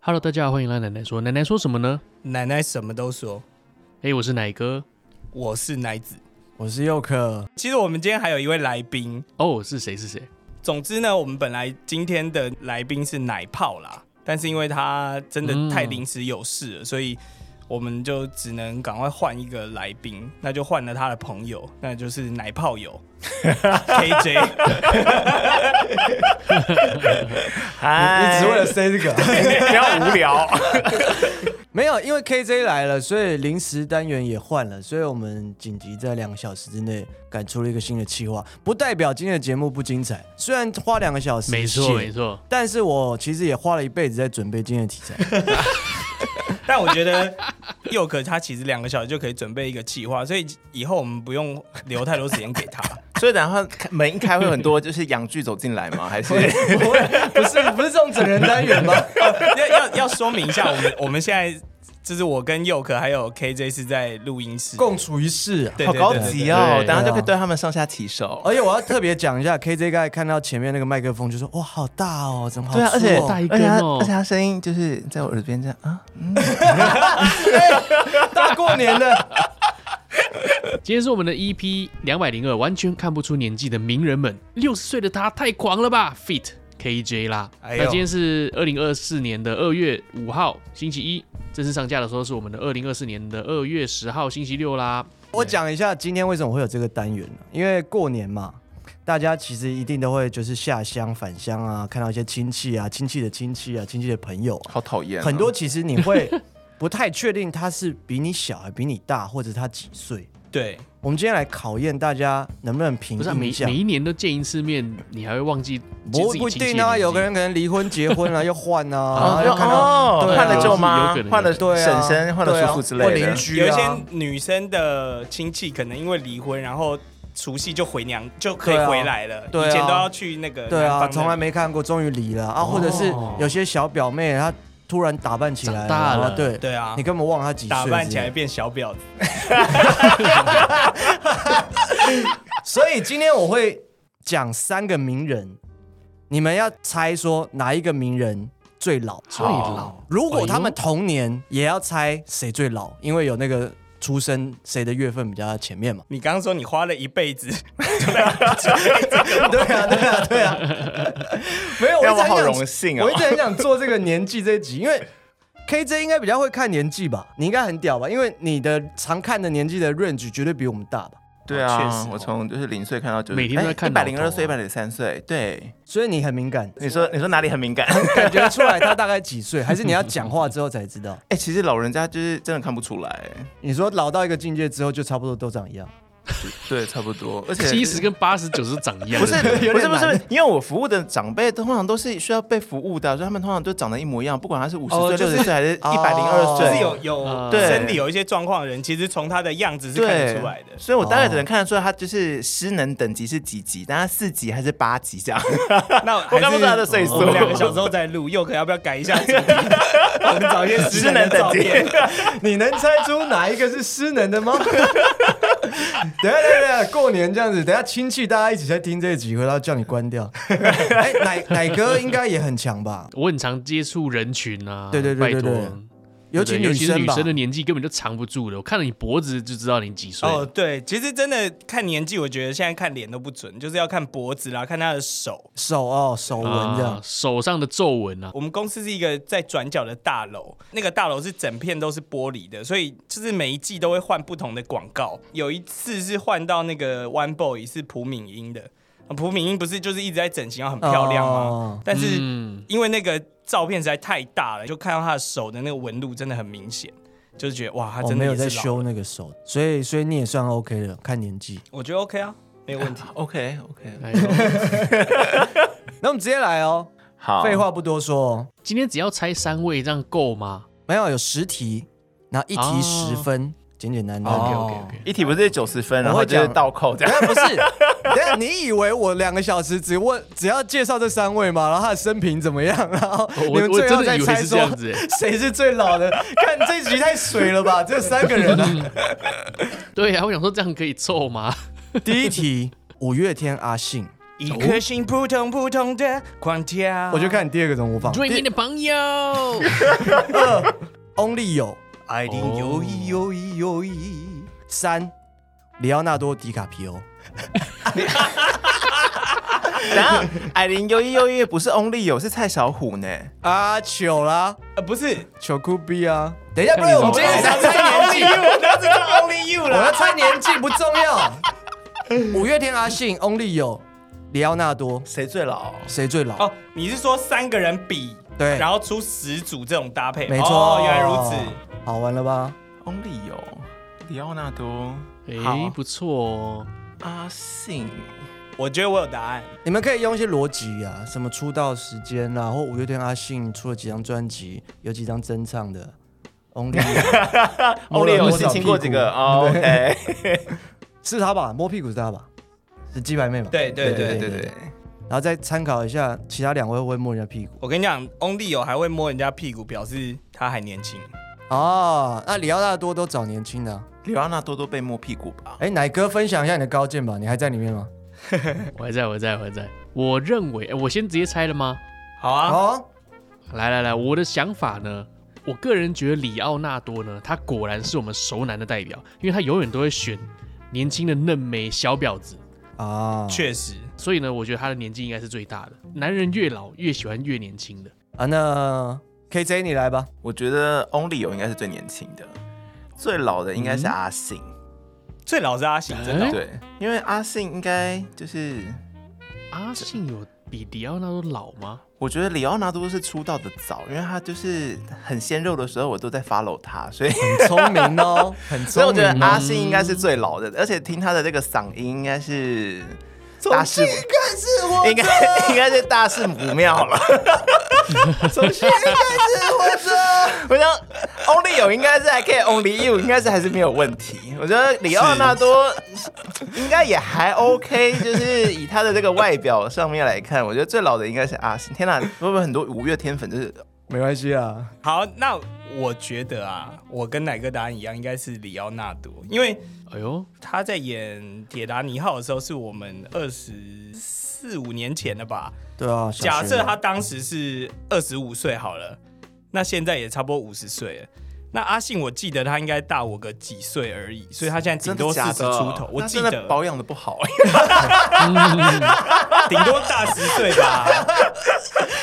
Hello，大家好，欢迎来奶奶说。奶奶说什么呢？奶奶什么都说，哎、我是奶哥，我是奶子。我是佑克，其实我们今天还有一位来宾。哦、是谁是谁？总之呢，我们本来今天的来宾是奶泡啦，但是因为他真的嗯太临时有事了，所以我们就只能赶快换一个来宾，那就换了他的朋友，那就是奶泡 友 KJ。你嗨，只为哎了 say 这 个？不要无聊。没有，因为 KJ 来了，所以临时单元也换了，所以我们紧急在两个小时之内赶出了一个新的企划，不代表今天的节目不精彩。虽然花两个小时，没错没，错，但是我其实也花了一辈子在准备今天的题材。但我觉得佑可他其实两个小时就可以准备一个计划，所以以后我们不用留太多时间给他。 所以等一下开门一开会有很多就是洋剧走进来吗？还是不是不是这种整人单元吗？ 要要要说明一下，我们我们现在就是我跟佑可还有 KJ 是在录音室共处一室、啊。对好对高对对级哦？对对对等一下就可以对他们上下其手。而且我要特别讲一下，KJ 刚才看到前面那个麦克风，就说：“哇，好大哦，怎么好对啊，而粗且哦大一而且根他哦而且他声音就是在我耳边这样啊，大过年的，今天是我们的 EP 两百零二，完全看不出年纪的名人们，六十岁的他太狂了吧，Fit KJ 啦。哎那呦今天是二零二四年的二月五号星期一，正式上架的时候是我们的二零二四年的二月十号星期六啦。我讲一下今天为什么会有这个单元呢、因为过年嘛，大家其实一定都会就是下乡返乡啊，看到一些亲戚啊、亲戚的亲戚啊、亲戚的朋友啊，好讨厌啊。很多其实你会不太确定他是比你小还比你大，或者他几岁。对，我们今天来考验大家能不能凭不是啊、印每象每。一年都见一次面，你还会忘记自己不亲不一戚的定啊，年纪有个人可能离婚、结婚 啊，又换啊，哦然后又看到哦对啊换了舅妈有可能，换了对啊婶婶，换了叔叔之类对啊或的邻。居有一些啊女生的亲戚可能因为离婚，然后除夕就回娘就可以对啊回来了，对啊以前都要去那个对男啊，方从来没看过，终于离了啊，哦或者是有些小表妹她突然打扮起长来大了啊对对啊你根本忘了她几岁，打扮起来。变小婊子，。所以今天我会讲三个名人，你们要猜说哪一个名人最老。最老。如果他哎们呦同年，也要猜谁最老，因为有那个出生谁的月份比较前面嘛 你刚刚说你花了一辈子，对啊，对啊，对啊。没有，我一让直我很好想荣幸哦我一！直很想做这个年纪这一集，因为 KJ 应该比较会看年纪吧？你应该很屌吧？因为你的常看的年纪的 range 绝对比我们大吧，对确实啊哦，我从就是零岁看到九，每天都在看一老百头零啊二岁、一百零三岁。对，所以你很敏感，你说你说哪里很敏感？ 感觉出来他大概几岁，还是你要讲话之后才知道？哎，其实老人家就是真的看不出来。你说老到一个境界之后，就差不多都长一样。对，差不多。而且七十跟八十九十长一样，不是不是不难是，因为我服务的长辈通常都是需要被服务的，所以他们通常都长得一模一样，不管他是五十哦岁、就六是十岁还是一百零哦二就是岁，有有嗯对生理有一些状况的人，其实从他的样子是看得对出来的。所以我大概只能看得出来他就是失能等级是几级，但他四级还是八级这样。 那我看不出他的岁数我们两个小时候在录，佑可要不要改一 下主题？我们哦找一些失能的照片。你能猜出哪一个是失能的吗？等一下等一下等一下，过年这样子，等一下亲戚大家一起在听这一集，回头叫你关掉。哎、奶奶哥应该也很强吧？我很常接触人群啊，对对对拜对托对尤其对女是生女吧，生的年纪根本就藏不住的，我看了你脖子就知道你几岁。哦，对，其实真的看年纪，我觉得现在看脸都不准，就是要看脖子啦，看他的手。手哦手纹这样哦啊，。手上的皱纹啊，我们公司是一个在转角的大楼，那个大楼是整片都是玻璃的，所以就是每一季都会换不同的广告。有一次是换到那个 One Boy 是朴敏英的，呃朴敏英不是就是一直在整形，然后很漂亮吗？哦但是嗯，因为那个照片实在太大了，就看到她的手的那个纹路真的很明显，就是觉得哇，她我真哦没的有也在是老。修那个手，所以所以你也算 OK 了，看 年纪。我觉得 OK 啊，没有问题。 OK OK，哎呦那我们直接来哦，好，废话不多说哦，今天只要猜三位，这样够吗没有有十题，然后一题哦十分，简简单单。 ？OK OK OK，一题不是九十分，然我后会就是讲倒扣这等样。下不是，等下你以为我两个小时只问只要介绍这三位吗？然后他的生平怎么样？然后我你们我最后真的再以为猜是这说样子欸， 谁是最老的？看这集太水了吧，只有三个人 啊。对啊，我想说这样可以凑吗？第一题，五月天阿信，一颗心扑通扑通的狂跳。我就看你第二个怎么模仿。追你的朋友， Only 有爱的有意有意有意。三，里奥纳多·迪卡皮欧。然后矮林优一优一不是 Only 有，是蔡小虎呢。啊，糗啦，呃，不 是，糗酷逼啊！等一下，不看你然我们怎今么天才猜年纪，我哪知道 Only You 我啦？要猜年纪不重要。五月天阿信，Only 有里奥纳多，谁最老？谁最老？哦，你是说三个人比，对然后出十组这种搭配？没错、哦原来如此。，好玩了吧？ Only 有，里奥纳多，哎啊好，不错哦。阿信，我觉得我有答案。你们可以用一些逻辑啊，什么出道时间啦、或五月天阿信出了几张专辑，有几张真唱的。Only 摸 Only 了有多是少听过屁这股 个哦 OK，是他吧？摸屁股是他吧？是鸡排妹嘛？对对对对对对，然后再参考一下其他两位会不会摸人家屁股我跟你讲，Only 有还会摸人家屁股，表示他还年轻。哦。那里奥纳多都找年轻的啊、里奥纳多多被摸屁股吧？哎，奶哥分享一下你的高见吧，你还在里面吗？我还在，我还在，我还在。我认为，哎我先直接猜了吗？好啊，哦，来来来，我的想法呢，我个人觉得里奥纳多呢，他果然是我们熟男的代表，因为他永远都会选年轻的嫩妹小婊子，啊，确实，所以呢，我觉得他的年纪应该是最大的。男人越老越喜欢越年轻的。啊，那 KJ 你来吧。我觉得 Only 有应该是最年轻的，最老的嗯应该是阿信。最老是阿信，真的哎哦。对，因为阿信应该就是，阿信有比里奥纳多老吗？我觉得里奥纳多是出道的早，因为他就是很鲜肉的时候，我都在 follow 他，所以。 很聪明 哦，很所以我聪觉明得哦。阿信应该是最老的，而且听他的这个嗓音，应该是大事不，但是我应该应该是大事不妙了。从现在是活着。 我想 Only 有应该是还可以，Only You 应该是还是没有问题。我觉得里奥纳多应该也还 OK，就是以他的这个外表上面来看，我觉得最老的应该是阿信。天哪，会不会很多五月天粉就是没关系啊，好，那我觉得啊，我跟奶哥答案一样，应该是里奥纳多，因为哎呦，他在演《铁达尼号》的时候，是我们二十四五年前了吧？对啊。小假学设他当时是二十五岁好了，那现在也差不多五十岁了。那阿信，我记得他应该大我个几岁而已，所以他现在顶真多的四假十的？出头，我那记真得的保养的不好，顶 多大十岁吧。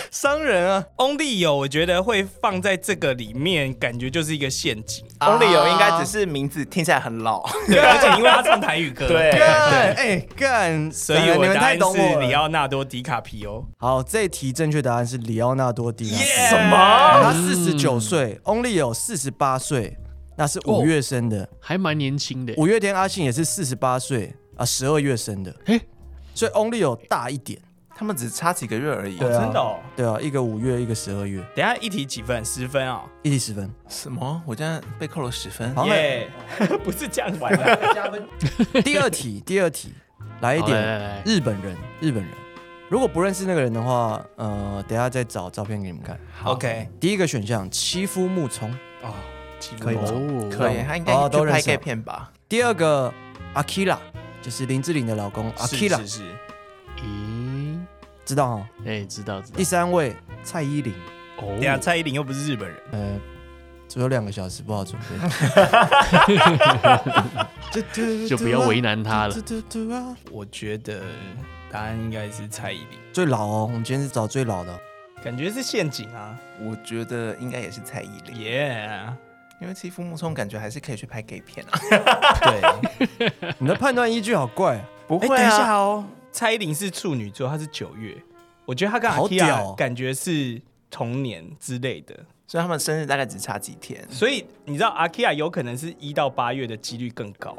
商人啊， Only 有，我觉得会放在这个里面，感觉就是一个陷 阱。 Only 有应该只是名字听起来很老。对，而且因为他唱台语歌，对干哎干，哎所以你我们答太案懂是我里了。奥纳多·迪卡皮欧。好，这一题正确答案是里奥纳多·迪卡皮耶欧。哦么他四十九岁嗯，Only 有四十八岁，那是哦五月生的。还蛮年轻的。五月天阿信也是四十八岁啊，十二月生的。哎所以 Only 有大一点。他们只差几个月而已，对啊真的哦。对啊，一个五月，一个十二月，等一下一题几分？十分啊、一题 十分。什么？我现在被扣了十分。好哦！耶、 不是这样玩的。 第二题，第二题，来一好来来来点日本人，日本人。如果不认识那个人的话，呃，等一下再找照片给你们看。 OK，第一个选项欺负木聪，哦，七分可以吗哦，可以，他应该哦去都认拍识 gay 片吧？第二个 Akira 就是林志玲的老公是 Akira，是是，咦，知道哈。哎，知道知道第。三位蔡依林，哦等一，下啊蔡依林又不是日本人，呃，只有两个小时，不好准 备，就不要为难他了。了。我觉得答案应该是蔡依林，最老哦，我们今天是找最老的哦，感觉是陷阱啊。我觉得应该也是蔡依林，耶、因为欺负木聪感觉还是可以去拍 gay 片啊。对， 你的判断依据好怪啊，不哎、等一下，哦，蔡依林是处女座，她是九月，我觉得她跟好屌 Akira 哦感觉是同年之类的，所以他们生日大概只差几天。所以你知道 Akira 有可能是一到八月的几率更高。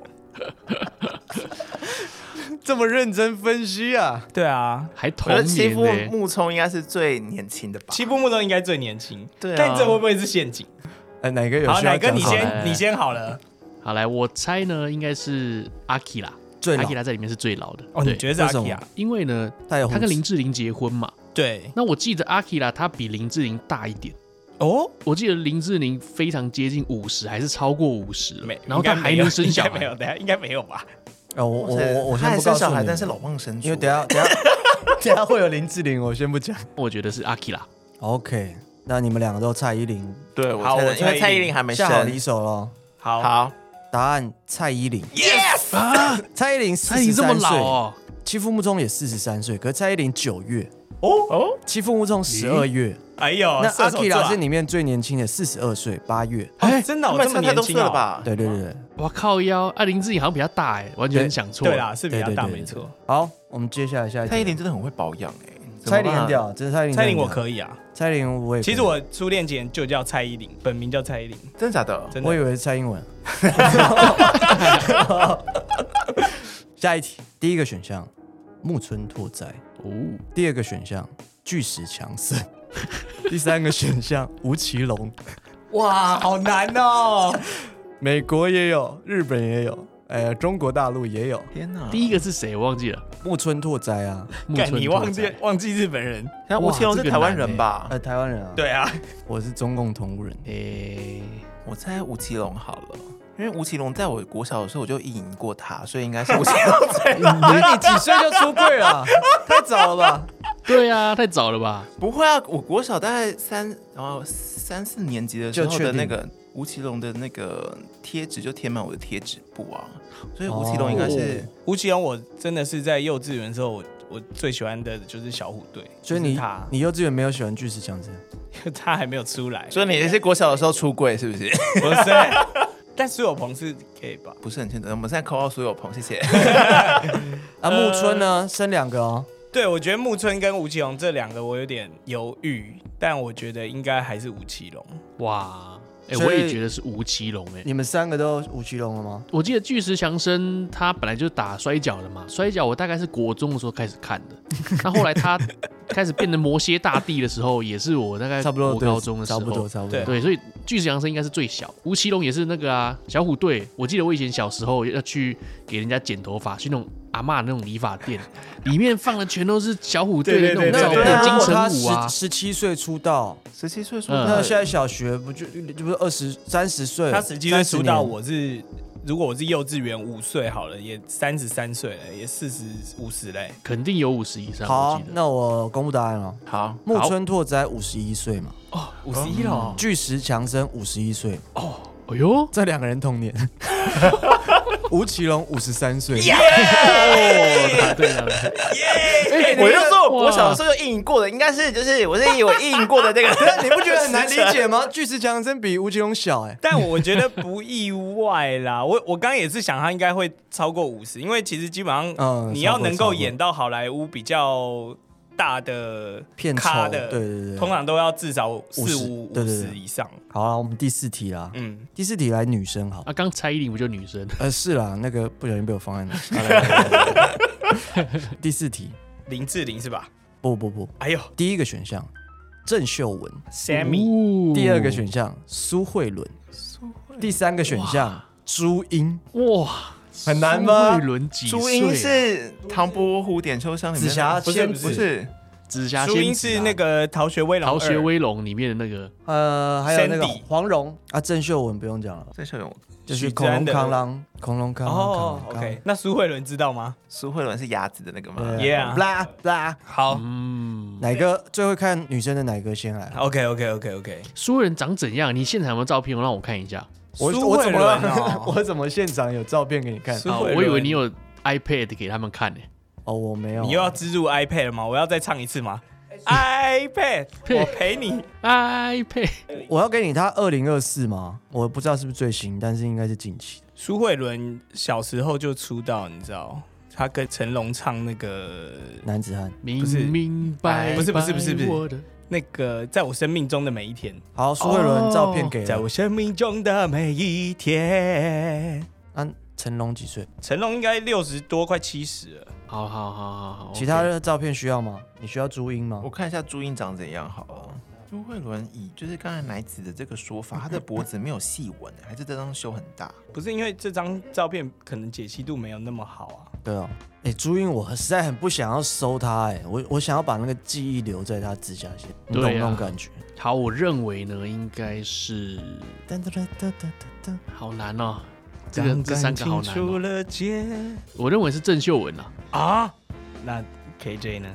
这么认真分析啊。对啊，还我童觉得欺年负呢，木聪应该是最年轻的吧？七部木头应该最年轻，对啊但这会不会是陷阱？哎，哪个有好，需要奶哥讲你什么来来先，你先好了。好来，我猜呢应该是阿基拉，最阿老基，拉在里面是最老的。哦，你对，觉得是为阿什么 K 啊？因为呢，他有他跟胡子林志玲结婚嘛。对，那我记得阿基拉他比林志玲大一点，哦，我记得林志玲非常接近五十，还是超过五十了没，，然后她应该还没有能生小应该没孩。有，等一下应该没有吧？啊，我我哇塞我我他先还不生告诉小你孩，们，但是老旺生出， 因为等一下等一下等下会有林志玲，我先不讲。我觉得是阿 k 啦。 OK，那你们两个都蔡依林，对，我好猜我的因为猜蔡一依零林还没下好生离。手喽。好，好，答案蔡依林， ，yes，蔡依林四哎，你十这么三老岁，哦，欺负木中也四十三岁，可是蔡依林九月，哦欺负木中十二月，哎呦，那射阿手 k 座啊 i 是里面最年轻的，四十二岁，八月。哎，真的哦，哦们这么太年多岁轻了啊？吧？对对对对我靠腰，啊，林志颖好像比较大哎，完全想错。对，啦，是比对较对大，对没对错。好，我们接下来下一蔡依题。林真的很会保养哎，怎么蔡依林办很，屌，真的啊蔡依林。啊蔡依林我，可以啊，蔡依林我也可以。其实我初恋前就叫蔡依林，本名叫蔡依林，真的假的？真我以的。为是蔡英 文。下一题，第一个选项木村拓哉，哦，第二个选项巨石强森，第三个选项吴奇隆。哇，好难哦！美国也有，日本也有，哎，中国大陆也有。天哪！第一个是谁？我忘记了。木村拓哉啊，木干村你拓忘记哉忘记日本人？那吴哇奇隆这是个台湾难欸人吧？呃，台湾人啊，对啊，我是中共同路人。诶，我猜吴奇隆好了，因为吴奇隆在我国小的时候我就意淫过他，所以应该是吴 奇隆最 你几岁就出柜了？太早了吧？对啊，太早了吧？不会啊，我国小大概三然后三四年级的时就候确的定那个吴奇隆的那个贴纸就贴满我的贴纸布啊，所以吴奇隆应该是、哦吴奇隆，我真的是在幼稚园的时候，我我最喜欢的就是小虎队，所以就是你他， 你幼稚园没有喜欢巨石强森？他还没有出来，所以你也是国小的时候出柜是不 是？不是。 但苏有朋是 gay 吧？不是很清楚，我们现在扣到苏有朋，谢谢。啊，木村呢？生两个哦。对，我觉得木村跟吴奇隆这两个我有点犹豫，但我觉得应该还是吴奇隆。哇，哎，所以我也觉得是吴奇隆哎。你们三个都吴奇隆了吗？我记得巨石强森他本来就是打摔跤的嘛，摔跤我大概是国中的时候开始看 的，那后来他开始变成摩蝎大帝的时候，也是哎我大概差不多，国对高中的时差候，不多，差不多对。对，所以巨石强森应该是最小，吴奇隆也是那个啊，小虎队。我记得我以前小时候要去给人家剪头发，去那种阿嬷那种理发 店，里面放的全都是小虎队的那种对照对片、对金他城武啊十。十七岁出道，十七岁出嗯道那现在小学不就就不是二十三十岁？他实际上出道， 30年我是如果我是幼稚园五岁好了，也三十三岁了，也四十五十嘞。肯定有五十以上，好我啊记，得。那我公布答案了。好，木村拓哉五十一岁嘛，哦，五十一了哦巨石强森五十一岁，哎 呦，这两个人同年。吴奇隆五十三岁，哦，答对 哎了，我就说我国小的时候就意淫过的，应该是就是我是有意淫过的那个。 但你不觉得很难理 解吗？ 巨石强森比吴奇隆小哎，但我觉得不意外啦， 我我刚刚也是想他应该会超过五十，因为其实基本嗯上你要能超过够演到好莱坞比较大的片酬咖的，对对对通常都要至少四50五对五对十对以上。好了，我们第四题啦，嗯，第四题来女生好。啊，刚蔡依林不就女生？呃，是啦，那个不小心被我放在 那。好来来来来第四题，林志玲是吧？不不不，哎呦第一个选项郑秀文， ，Sammy，第二个选项苏慧伦，第三个选项朱茵，哇，很难吗苏慧伦几岁啊？朱茵是《唐伯虎点秋香》里面紫霞不是仙不子是紫霞仙朱子啊，茵是那个《逃学威《龙二》逃学威龙》里面的那个呃，还有那个 Sandy 黄蓉啊，郑秀文不用讲了，郑秀文，就是许恐龙安的康郎，恐龙康郎。哦嗯恐龙康郎，OK，那苏慧伦知道吗？苏慧伦是牙子的那个吗？对 Yeah 啦啦，好嗯，哪个最会看女生的哪个先来？ ，OK，OK，OK，OK，苏慧伦长怎样？你现场有没有照片？让我看一下。我苏我慧怎么伦哦了 我怎么现场有照片给你看？苏啊，慧伦我以为你有 iPad 给他们看呢、哦，我没有。你又要植入 iPad 了吗？我要再唱一次吗？iPad，我 陪你。 iPad 我要给你他二零二四吗？我不知道是不是最新，但是应该是近期的。苏慧伦小时候就出道，你知道，她跟成龙唱那个男子汉。明不是明白白不是不是不是不是我的那个在我生命中的每一天，好，苏慧伦哦照片给在我了。生命中的每一天。那成龙几岁？成龙应该六十多，快七十了。好好好好好，其他 OK 的照片需要吗？你需要朱茵吗我？看一下朱茵长怎样好了。朱慧伦以就是刚才奶子的这个说法，她的脖子没有细纹，还是这张修很大。不是因为这张照片可能解析度没有那么好啊。对哦。哎、朱茵，我实在很不想要收她哎、我我想要把那个记忆留在她指甲线，你懂对啊那种感觉？好，我认为呢应该是哒哒哒哒哒哒好难哦、这个这三个好难、除哦了街我认为是郑秀文啊，啊，那 KJ 呢？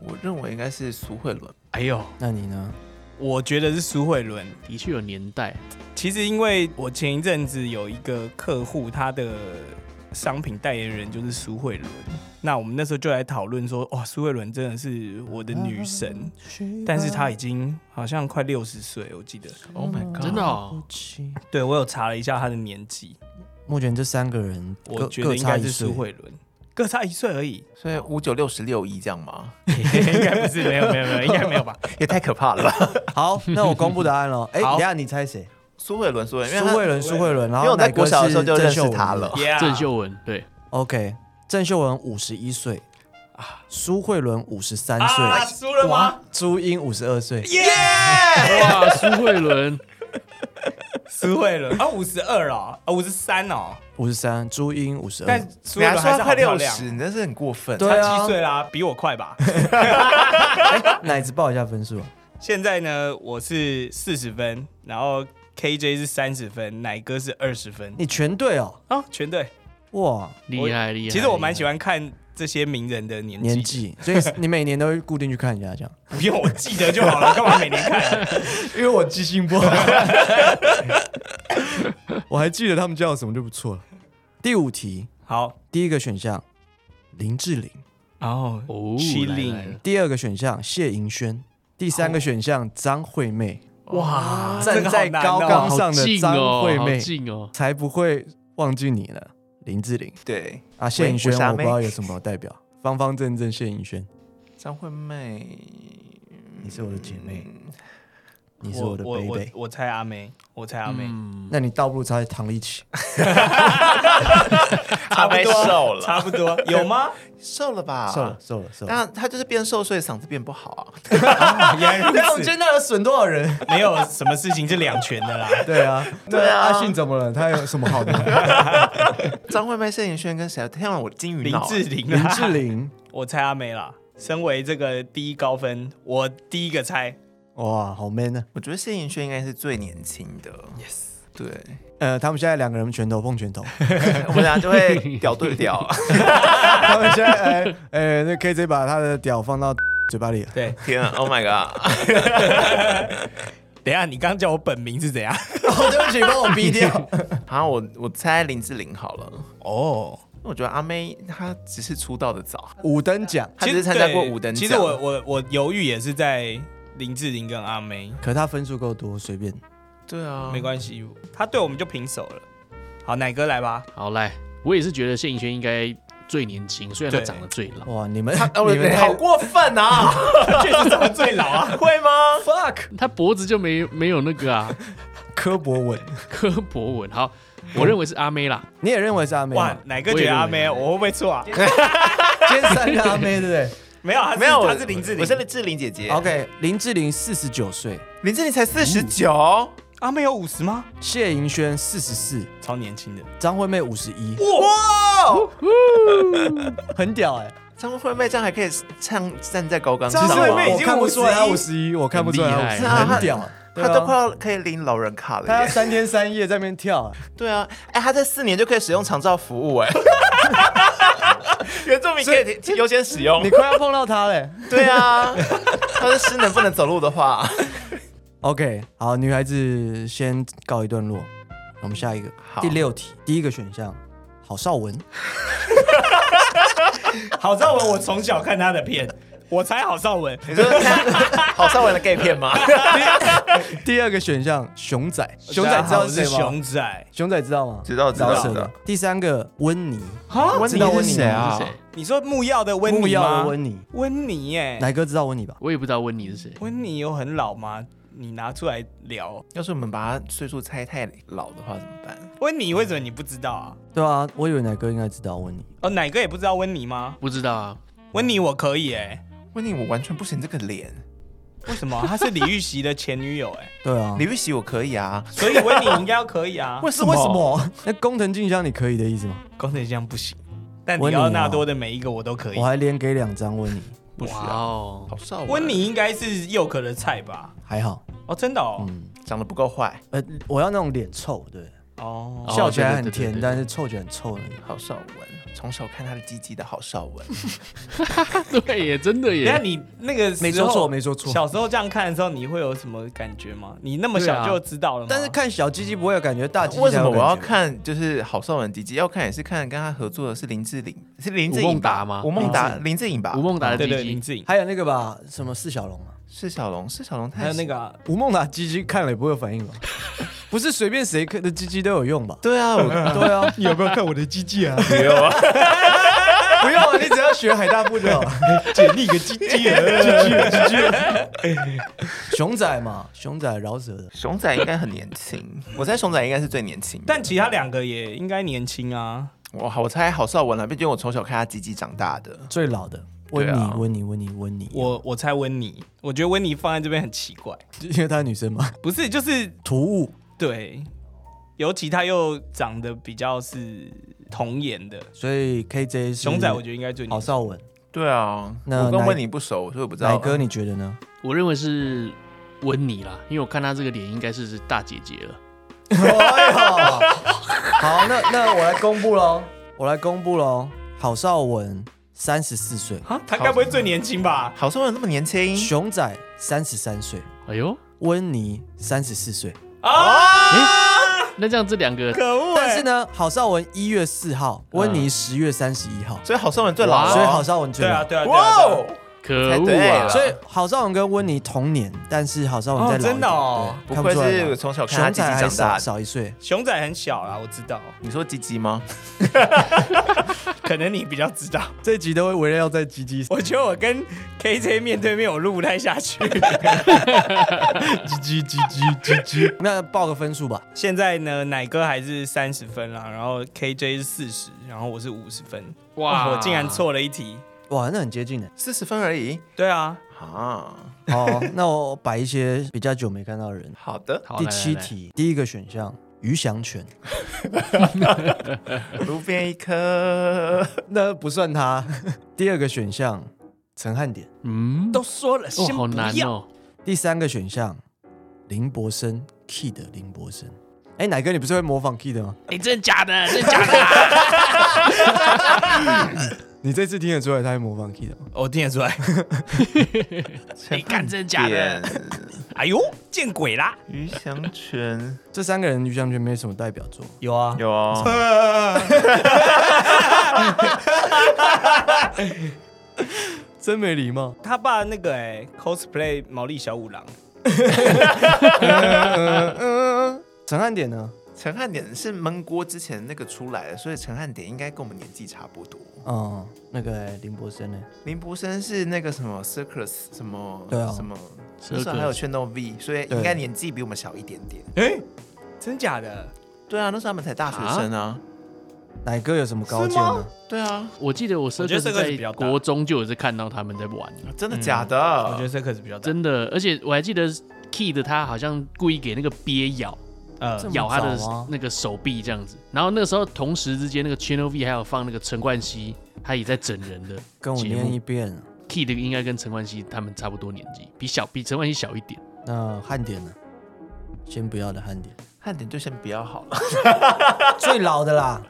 我认为应该是苏慧伦。哎呦，那你呢？我觉得是苏慧伦。的确有年代，其实因为我前一阵子有一个客户，他的商品代言人就是苏慧伦。那我们那时候就来讨论说，哇，苏慧伦真的是我的女啊神，但是她已经好像快六十岁，我记得。 Oh my 啊 god！真的哦，对我有查了一下她的年纪，目前这三个人各我觉得各应差该一是岁苏，慧伦，各差一岁而已，所以五九六十六亿这样吗？ 应该不是，没有没有没有，应该没有 吧？也太可怕了吧！好，那我公布答案 了。哎，好等一下你猜谁？苏慧伦，苏慧伦，因苏为她慧伦，苏慧伦。然因为后我在哪国个小的时候是就郑认识秀文她的了。 Yeah 郑秀文对， OK，郑秀文五十一岁，啊苏慧伦五十三啊，岁，输了吗？朱茵五十二岁。 哇，苏慧伦，苏慧伦啊，五十二哦，啊，五十三哦，五十三，朱茵五十但二，苏你慧还伦说还她是好快漂六亮，十，你真是很过分。对她啊七，岁啦，比我快吧？ 啊奶子报一下分数。啊现在呢，我是四十分，然后 KJ 是三十分，奶哥是二十分，你全对哦，啊，全对。哇，厉害厉害。 其实我蛮喜欢，欢看这些名人的年纪，年纪，所以你每年都会固定去看一下 这样。不用我记得就好了，干嘛每年看？因为我记性不好， 我还记得他们叫什么就不错了。第五题，好，第一个选项林志玲，然后哦，七来零来了第二个选项谢盈萱，第三个选项张惠妹。哇这站个好在难高哦岗好上的近张哦，惠好妹，近哦，才不会忘记你呢。林志玲对，啊，谢颖轩，我傻我不妹知道有什么代表，方方正正，谢颖轩，张惠妹，你是我的姐妹，你是我嗯我的嗯我贝我贝。我猜阿妹，我猜阿妹，那你倒不如猜唐丽奇，阿妹瘦了，差不多有吗？瘦了吧？瘦了，。瘦了，瘦了。那她就是变瘦，所以嗓子变不好啊。 原来对啊，我如此们今，天到底损多少人？没有什么事情是两全的啦。 对啊，那对啊阿信怎么了？他有什么好 的？张惠妹、谢颖轩跟谁啊？天啊，我金鱼林脑啊。志玲，林志，玲，我猜阿妹啦。身为这个第一高分，我第一个猜 哇，好 man 啊呢。我觉得谢颖轩应该是最年轻的。Yes。对， 呃，他们现在两个人 拳头碰拳头，我们俩就会屌对屌。他们现在呃呃，那 KJ 把他的屌放到嘴巴里了，对。天啊，Oh my god！ 等一下，你刚叫我本名是怎样？哦，对不起，帮我逼掉。 好，我我猜林志玲好了。哦，我觉得阿妹她只是出道的早，五等奖，她只是参加过五等其奖。实我我我犹豫也是在林志玲跟阿妹，可他分数够多，随便。对啊，没关系，他对我们就平手了。好，奶哥来吧。好来，我也是觉得谢颖轩应该最年轻，虽然她对长得最老。哇，你们她 哦，你们太好过 分啊！ 确实长得最老啊。 会吗？ fuck 她脖子就没没有那个啊，柯博 文，柯博文。好，我认为是阿妹啦。你也认为是阿妹吗？哇，奶哥觉得阿妹，我会不会错啊？今天三个阿妹，对不对没有，他是没有，他是林志玲。我是志玲姐姐。 ？OK，林志玲四十九岁， 林志玲才四十九，阿妹有五十吗？谢盈萱四十四，超年轻的。张惠妹五十一，哇！很屌哎、张惠妹这样还可以唱站在高岗上张吗，惠妹已我经看不出来她51五十一，我看不出来她很厉害51很屌，对她啊都快要可以领老人卡她了要耶。三天三夜在那边跳、啊，对啊，哎，她这四年就可以使用长照服务哎。原住民可以优先使用你。快要碰到她嘞、对啊，她是失能不能走路的话， OK，好，女孩子先告一段落，我们下一个好第六题，第一个选项，郝邵文，郝邵文，我从小看他的片，我猜郝邵文。你说 看郝邵文的 gay 片吗？第二个选项熊仔，熊大仔家知道好是谁我吗？熊仔，熊仔知道吗？知道知道饶舌的知道第三个温妮，啊温知道温妮妮是谁是啊？谁？你说木曜的温木妮曜吗？的温妮，温妮耶，奶哥知道温妮吧？我也不知道温妮是谁。温妮有很老吗？你拿出来聊。要是我们把他岁数猜太老的话怎么嗯办？温妮为什么你不知道啊？对啊，我以为奶哥应该知道温妮。哦，奶哥也不知道温妮吗？不知道啊，温妮我可以哎、温妮，我完全不行这个脸。为什么？她是李玉玺的前女友哎、 对啊李，玉玺我可以啊，所以温妮应该要可以啊。是 为什么？那工藤静香你可以的意思吗？工藤样不行，但温里妮啊奥纳多的每一个我都可以我。还连给两张温妮，不需要哇哦， 郝邵文，温妮应该是佑可的菜吧？还好。哦，真的哦。嗯，长得不够坏，呃，我要那种脸臭，对，哦，哦笑起来很对对对甜，对但是臭起来很臭的。郝邵文，从小看他的鸡鸡的郝邵文，对耶，真的等一下耶，你那个时候没说错没说错小时候这样看的时候，你会有什么感觉吗？你那么小对啊就知道了吗？但是看小鸡鸡不会有感觉，大鸡鸡为什么我要才有感觉？看就是郝邵文鸡鸡？要看也是看跟他合作的是林志玲，是林志吴颖 孟达吧吗吴孟达，林志颖吧吴？孟达的对对鸡林鸡，志颖，还有那个吧，什么释小龙啊，是小龙，是小龙太还有那个啊吴孟达鸡鸡看了也不会有反 应吧？不是随便谁看的鸡鸡都有用吧？对 啊，我对啊， 你有没有看我的鸡鸡啊？没有啊，不用啊，你只要学海大步就好。解腻个鸡鸡啊！熊仔嘛，熊仔饶舌的， 熊仔应该很年轻，我猜熊仔应该是最年轻的。但其他两个也应该年轻啊。我好，我猜郝邵文啊了，毕竟我从小看他鸡鸡长大的。最老的温对妮啊，温妮，温妮，温妮，我我猜温妮，我觉得温妮放在这边很奇怪，因为她是女生嘛，不是就是突兀。对，尤其她又长得比较是童颜的所以 KJ 是熊嗯仔，我觉得应该最郝年轻。邵文，对啊，那我跟奶温妮不熟，所以我不知道。啊奶哥你觉得呢？ 我认为是温妮啦，因为我看她这个脸应该是是大姐姐了。哎呦好，那那我来公布喽，我来公布喽。郝邵文三十四岁，啊，她该不会最年轻吧？郝邵文那么年轻，熊仔三十三岁，哎呦，温妮三十四岁。啊，那这样这两个可恶欸！但是呢，郝邵文一月四号，温妮十月三十一号，所以郝邵文最老、哇哦。所以郝邵文最对啊，老。对啊，对哇啊对啊哦，可猜恶对啊了！所以郝邵文跟温妮同年，但是郝邵文再老一点哦真的哦对不看愧出来是吧从小看他熊鸡仔鸡还长大少的。少一岁，熊仔很小啦，我知道，你说鸡鸡吗？可能你比较知道。 这集都会围绕在鸡鸡我觉得我跟 KJ 面对面，我录不太下 去。鸡鸡鸡鸡鸡鸡。 那报个分数吧，现在呢，奶哥还是三十分啦，然后 KJ 是四十，然后我是五十分。哇，哇，哦我竟然错了一题。哇，那很接近的。四十分而已对啊，啊。好，那我摆一些比较久没看到的人。好的，好第来来七来题，第一个选项鱼翔犬，路边一 颗，那不算他。 第二个选项陈汉典，嗯，都说了，哦先，好不难要。哦。第三个选项林柏生 Key 的林柏生。哎，奶哥，你不是会模仿 Key 的吗？哎，真的假的？真的假的啊？你这次听得出来他会模仿 Key 的吗？哦我听得出来。 哎，干真的假的？哎呦，见鬼啦！鱼翔泉这三个人鱼翔犬没什么代表作，有啊，有哦，真没礼貌。他爸那个哎、cosplay 毛利小五郎，陈汉典呢？陈汉典是焖锅之前那个出来的，所以陈汉典应该跟我们年纪差不多。哦，那个林柏生呢？林柏生是那个什么 Circus 什么对啊什么，那时候 Circus 还有 Channel V，所以应该年纪比我们小一点点。哎、真假的？对啊，那时候他们才大学生啊。奶哥有什么高见呢？对啊，我记得我我觉得这个是在比较大国中就有在看到他们在玩，真的假嗯我觉的得？这可是比较真，真的，而且我还记得 Key 的他好像故意给那个鳖咬，呃这，么咬他的早啊那个手臂这样子。然后那个时候同时之间，那个 Channel V 还有放那个陈冠希，他也在整人的跟我节念一目。遍啊。 Key 的应该跟陈冠希他们差不多年纪，比小比陈冠希小一点。那汉典呢？先不要的汉典，汉典就先不要好了。最老的啦，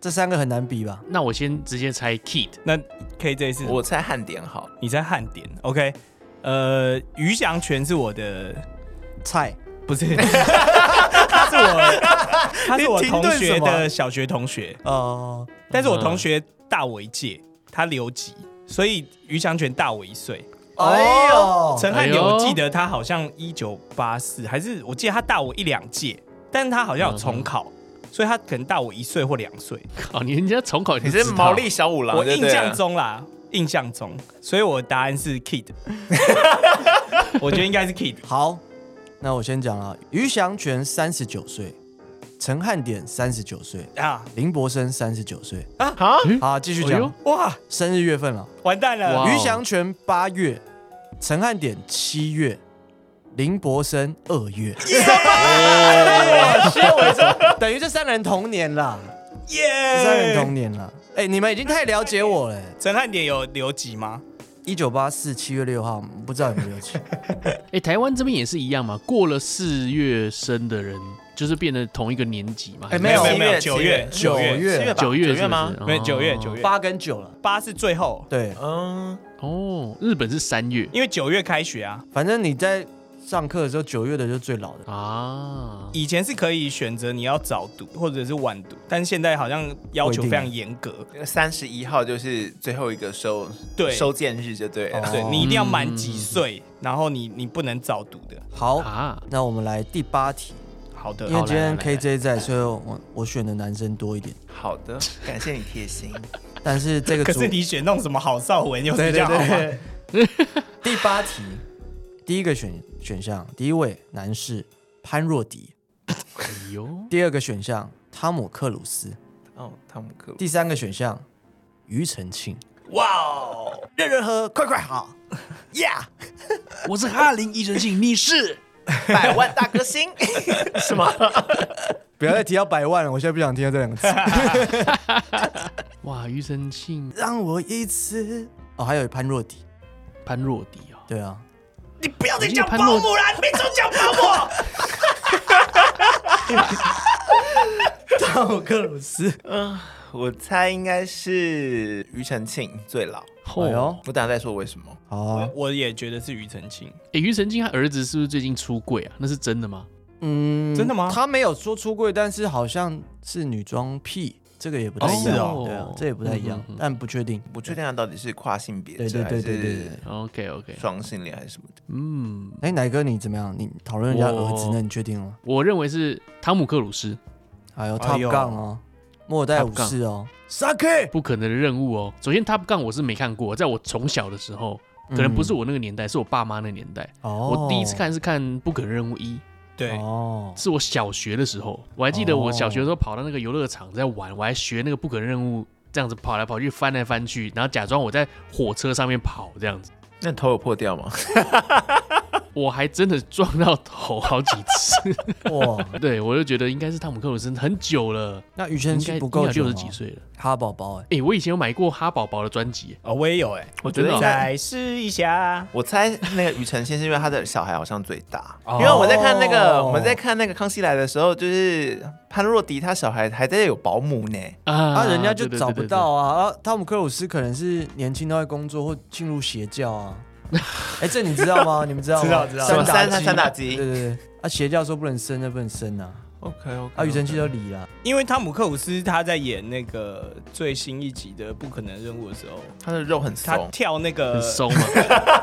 这三个很难比吧？那我先直接猜 Kid，那 KJ 是我猜汉典好了，你在汉典，OK？呃，于翔全是我的，菜不是，他是我，他是我你停顿同学什么的小学同学， 哦，但是我同学大我一届，他留级，所以于翔全大我一岁。哎呦，陈汉典，哎呦我记得他好像一九八四，还是我记得他大我一两届，但是他好像有重考，所以他可能大我一岁或两岁。靠你人家重考你你是毛毛利小五郎，我对不印对啊象中啦，印象中，所以我答案是 Kid，我觉得应该是 Kid。好，那我先讲了，啊于翔全三十九岁，陈汉典三十九岁，啊林柏生三十九岁。啊，好，继续哎讲呦哇，生日月份了，完蛋了！哇哦于翔全八月，陈汉典七月。林柏生二月，哦等于这三人同年啦，这三人耶！哎同年啦。哎，你们已经太了解我了。陈汉典有留级吗？一九八四七月六号，不知道有没有去？哎、台湾这边也是一样嘛，过了四月生的人，就是变得同一个年级嘛。还哎是没有没有没有，七九月九月月七月吧九月九是不是月吗？哦没有九月九月 八跟九了，八是最后，对，嗯，哦，日本是三月因为九月开学啊。反正你在上课的时候，九月的就是最老的。啊。以前是可以选择你要早读或者是晚读，但是现在好像要求非常严格，三十一号就是最后一个收对哦收件日，就对哦了。对你一定要满几岁，然后你你不能早读的。好，啊，那我们来第八题，好的，嗯因为呃好今天来来来 KJ 在，所以我我选的男生多一点，好 的，感谢你贴心。但是这个可组是你选那种什么郝邵文又对是这对样好吗？对，第八题，第一个选选项，第一位男士潘若迪，哎呦，第二个选项汤姆克鲁斯，哦，汤姆克鲁斯，第三个选项庾澄庆。哇哦，任任何快快好，呀，我是哈林庾澄庆，你是？ 百万大歌星是吗？不要再提到百万了，我现在不想听到这两个字。 哇，庾澄庆、 让我一次哦，还有潘若迪，潘若迪哦，对啊， 你不要再讲保姆啦，你别总讲保姆。汤姆克鲁斯， 我猜应该是庾澄庆最老，哎嚯、呦哦，，我等下再说为什么。好啊，我也觉得是庾澄庆，哎、庾澄庆他儿子是不是最近出柜啊？那是真的吗？嗯，真的吗他没有说出柜，但是好像是女装癖，这个也不太哦一样，是哦对啊，这也不太一样，嗯嗯嗯但不确定，不确定他到底是跨性别对者对还对对对对是。 OK OK，双性恋还是什么的。嗯，哎，奶哥你怎么样？你讨论人家儿子我呢？你确定了吗？我认为是汤姆克鲁斯，还有哎 Top 呦杠哦，末代武士哦，Saki，不可能的任务哦。首先 Top Gun 我是没看过，在我从小的时候，可能不是我那个年代，是我爸妈那年代。哦，我第一次看是看《不可能任务一》，对，哦，是我小学的时候，我还记得我小学的时候跑到那个游乐场在玩，我还学那个《不可能任务》这样子跑来跑去、翻来翻去，然后假装我在火车上面跑这样子。那头有破掉吗？ 我还真的撞到头好几 次，哇，对我就觉得应该是汤姆克鲁斯很久了，那庾应澄该庆不够久六吗十几，岁了。哈宝宝哎，哎、我以前有买过哈宝宝的专辑，哦，我也欸有哎、我觉得真的哦再试一下。我猜那个庾澄庆是因为他的小孩好像最大，哦因为我在看那个我们在看那个《康熙来的时候，就是潘若迪他小孩还在有保姆呢。 啊啊，人家就对对找对不对到啊。啊，汤姆克鲁斯可能是年轻都在工作或进入邪教啊。哎，这你知道吗？你们知道吗？知道知道什么三打三鸡三打鸡对对对。啊，邪教说不能生，那不能生啊。 OK OK，啊，庾澄庆都离了。因为汤姆克鲁斯他在演那个最新一集的《不可能任务》的时候，他的肉很他松，跳那很个，松啊嘛，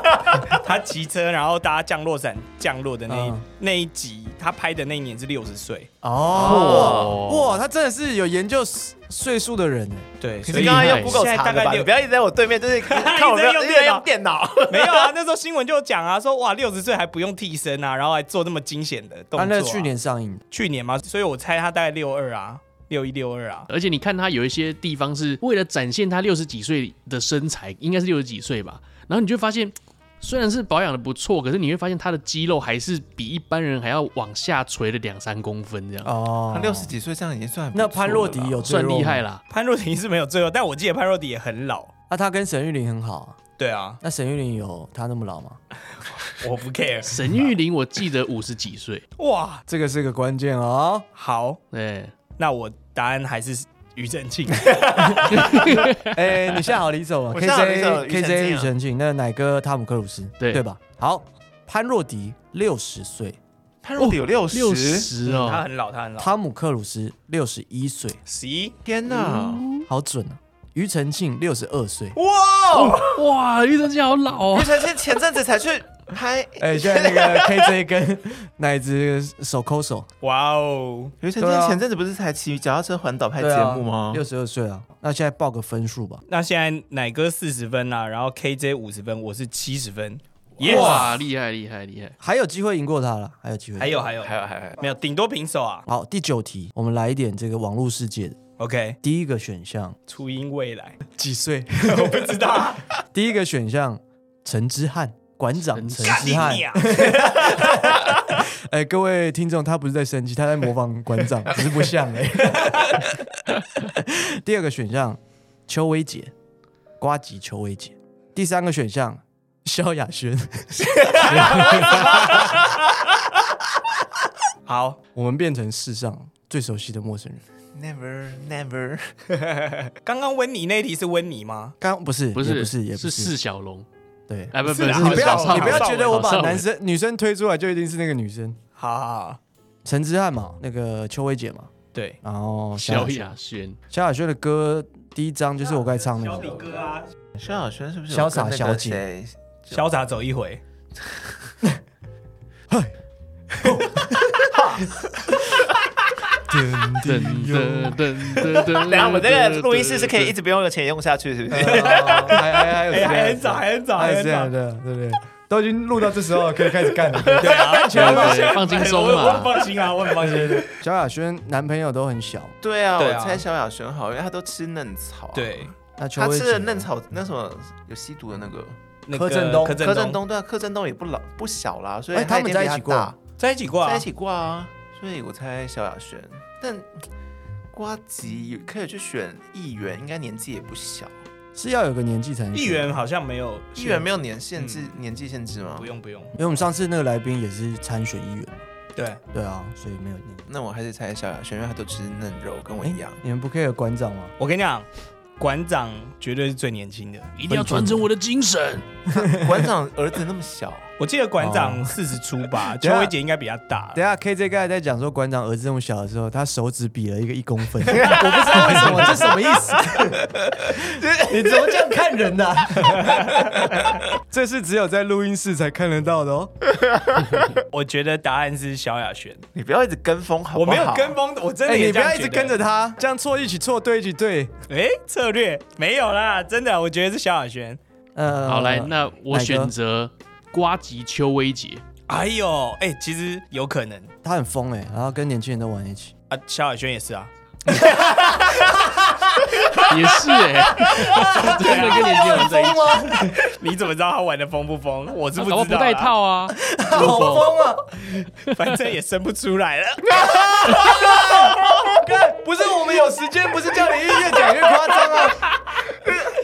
他骑车然后搭降落伞降落的那一、嗯那一集，他拍的那一年是六十岁，哦，哇哇，他真的是有研究岁数的人哎。对，可所是以刚刚厉害用 Google 现在查大的概吧？六你不要一直在 我对面，就是看我没有用一直在电脑用电脑。没有啊，那 时候新闻就有讲啊，说哇六十岁还不用替身啊，然后还做那么惊险的动作、他啊。那去年上映的，去年嘛，所以我猜他大概六二啊，六一六二啊，而且你看他有一些地方是为了展现他六十几岁的身材，应该是六十几岁吧，然后你就会发现。虽然是保养的不错，可是你会发现他的肌肉还是比一般人还要往下垂了两三公分这样，哦，他六十。几岁这样已经算很不那错潘若迪了吧有最算弱厉吗害。啦。潘若迪是没有最后，但我记得潘若迪也很老。啊，他跟沈玉琳很好啊。对啊，那沈玉琳有他那么老吗？ 我不 care。沈玉琳我记得五十几岁， 哇，这个是个关键 哦。好，对，那我答案还是庾澄庆。哎、你下好离手了我下好离手了，KJ 庾澄庆啊 KJ 庾澄庆，那奶哥汤姆克鲁斯，对对吧？好，潘若迪六十岁，潘若迪有六六十，十嗯他哦，很老，他很老。汤姆克鲁斯六十一岁，十一，天哪！好准啊！庾澄庆六十二岁，哇，哇，庾澄庆好老哦庾，澄庆前阵子才去拍，哎、现在那 个 KJ 跟奶子手抠手，哇哦，庾澄对啊庆前阵子不是才骑脚踏车环岛拍对节啊目吗？六十二岁啊，那现在报个分数吧，那现在奶哥四十分啦、啊然后 KJ 五十分，我是七十分。Yes 哇，厉害厉害厉害，还有机会赢过他了，还有机会。还有还有还有还有还有，没有，顶多平手啊。好，第九题，我们来一点这个网络世界的 OK，第一个选项，初音未来， 几岁？我不知道、啊。 第一个选项，陈之汉。馆长陈陈之之啊干你汉，娘！哎、各位听众，他不是在生气，他在模仿馆长，只是不像 哎、第二个选项，邱薇姐，瓜吉邱薇姐。第三个选项，萧亚轩。好，我们变成世上最熟悉的陌生人。 Never, never。 刚刚温妮那一题是温妮吗？刚不是，不也是不是，也不是是，四小龙，对。哎不是不啊是你 你不少要，少你不要少觉得我少把少男生、女生推出来就一定是那个女生，好好好，陈之翰嘛，那个邱薇姐嘛，对，然后萧轩亚轩，萧亚轩的歌第一张就是我刚才唱那个，哥啊，萧亚轩是不是潇洒小姐潇洒走一回， 噔噔噔噔噔。等下，我们这个录音室是可以一直不用钱用下去，是不是？啊还还还有哎，还很谁早，还很早，还还有很这早样。的，对不对？都已经录到这时候，可以开始干 了。对啊安全了。对对放轻松我我 很嘛。放心啊，我很放心。萧亚轩男朋友都很小，对啊，对我啊猜萧亚轩好，因为她都吃嫩草。，对，那邱她薇吃的姐嫩草那什么有吸毒的那个那柯个震东柯柯震震东东，对啊，柯震东也不老不小啦，所以哎他她们定比在一起她过大在一起过啊，在一起过啊，所以我猜萧亚轩。但瓜吉可以去选议员，应该年纪也不小。是要有个年纪才能选议员好像没有，议员没有年限制，年纪限制吗嗯不？用不用，因为我们上次那个来宾也是参选议员，对，对啊，所以没有你。那我还是猜萧亚轩，因为他都吃嫩肉，跟我哎一样。你们不 care 馆长吗？我跟你讲，馆长绝对是最年轻的。一定要传承我的精神。馆长儿子那么小，我记得馆长四十出吧，等邱一下薇姐应该比他大等。一下 KJ 刚才在讲说馆长儿子那么小的时候，他手指比了一个一公 分，我不知道为什么，这什么意思？ 你怎么这样看人啊的、 这是只有在录音室才看得到的哦。我觉得答案是萧亚轩，你不要一直跟风好不好？我没有跟风，我真哎、的也你不这样要觉一得直跟着。他，这样错一起错，对一起对。哎，策略没有啦，真的，我觉得是萧亚轩。呃，好，来，那我哪个选择瓜吉邱威杰。哎呦，哎，其实有可能他很疯哎、然后跟年轻人都玩一起。 啊，萧亚轩也是啊，也是 哎、啊真啊的跟 年轻人在一起，你怎么知道他玩的疯不疯？我是不知搞道不啊，不戴套啊，好疯啊！反正也生不出 来了。不是我们有时间，不是叫你越讲越夸张啊。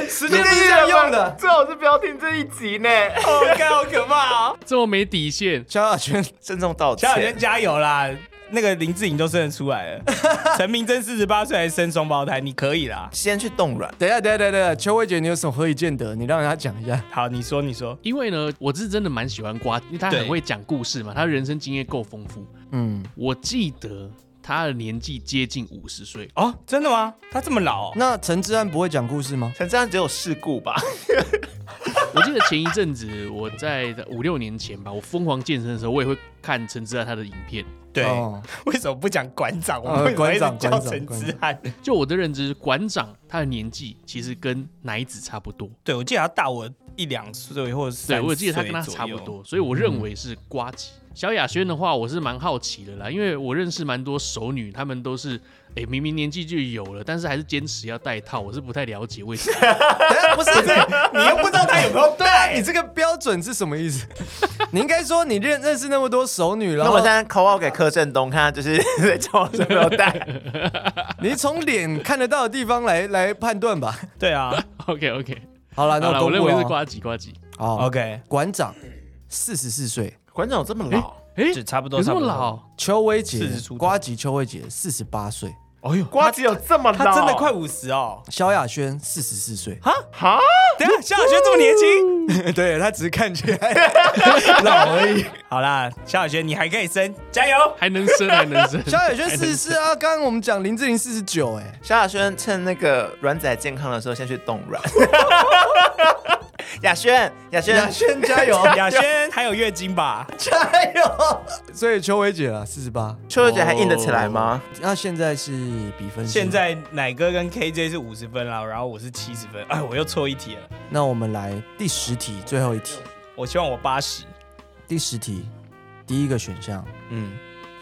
时间不是这样用的。最好是不要听这一集呢。哦，看好可怕哦！这么没底线，萧亚轩，郑重道萧亚轩歉。加油啦！那个林志颖都生得出来了， 陈明真四十八岁还生双胞胎，你可以啦。先去冻卵，等一下，等一下，等一下，邱慧姐，你有什么何以见得？你让人家讲一下。好，你说，你说，因为呢，我是真的蛮喜欢瓜，因为他对很会讲故事嘛，他人生经验够丰富。嗯，我记得他的年纪接近五十岁，哦，真的吗？他这么老哦、那陈志安不会讲故事吗？陈这样只有事故吧？我记得前一阵子我在五六年前吧，我疯狂健身的时候，我也会看陈志安他的影片。对，哦为什么不讲哦馆长？我们呃为什么一直馆长叫馆长陈之汉？就我的认知，馆长他的年纪其实跟奶子差不多，对，我记得他大我一两岁或者三对，岁我记得他跟他差不左右。嗯多，所以我认为是瓜吉。萧亚轩的话，我是蛮好奇的啦，因为我认识蛮多熟女，她们都是哎、诶明明年纪就有了，但是还是坚持要戴套，我是不太了解为什 么。等一下不是，你又不知道他有没有对啊，你这个标准是什么意思？ 你应该说你认认识那么多熟女，然那后我现在 call out 给柯震东，看他就是 在叫我什么 带。你从脸看得到的地方来来判断吧。对啊 OK OK，好了，那好了，我我公认布为是了哦。瓜吉瓜吉。好，OK，馆长，四十四岁，馆长有这么老？哎、就差不多，有这差么不多。老？邱薇40姐出，头瓜吉邱薇姐四十八岁，哎呦，瓜子有这么老？他真的快五十哦！萧亚轩四十四岁。哈？等一下，萧亚轩这么年轻， 对他只是看起来 老而已。好啦，萧亚轩你还可以生，加 油！还能生还能 生？萧亚轩四十四啊，刚刚我们讲林志玲四十九，哎，萧亚轩趁那个卵子还健康的时候，先去冻 卵。亚轩，亚轩，亚轩加油亚轩还有月经吧？嗯加油！所以邱薇姐啊，四十八， 秋月姐还硬得起来吗？哦那现在是比分是吗，现在奶哥跟 KJ 是五十分啦，然后我是七十分，哎，我又错一题了。那我们来第十题，最后一题，我希望我八十。第十题，第一个选项嗯，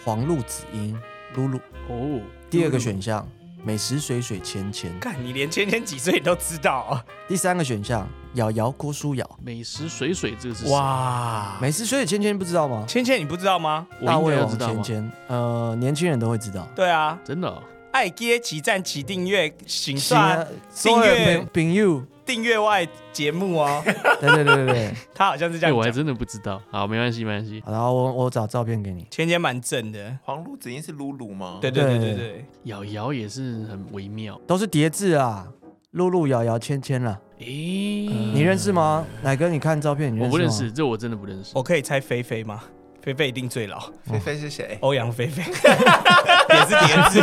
黄鹿子英露露，哦，第二个选项美食水水芊芊，看你连芊芊几岁你都知道啊、第三个选项瑶瑶郭书瑶，美食水水这个是哇，哇，美食水水芊芊不知道吗？芊芊你不知道吗？我大应该胃要王知道芊吗？芊，呃，年轻人都会知道。对啊，真的、哦，啊爱爹齐赞齐订阅，请算所订有阅朋朋友订阅外节目 哦。对对对对对，他好像是这哎，样我还讲。真的不知道。好，没关系，没关系。好然后我我找照片给你。前姐蛮正的，黄璐子英是露露吗？对对对对对对，瑶瑶也是很微妙。都是叠字啊，露露、瑶瑶、芊芊啦。诶，啊嗯你认识吗？奶哥，你看照片，你我不认认识识，吗。这我真的不认识。我可以猜菲菲吗？菲菲一定最哦老，菲菲是谁？欧阳菲 菲也是叠字。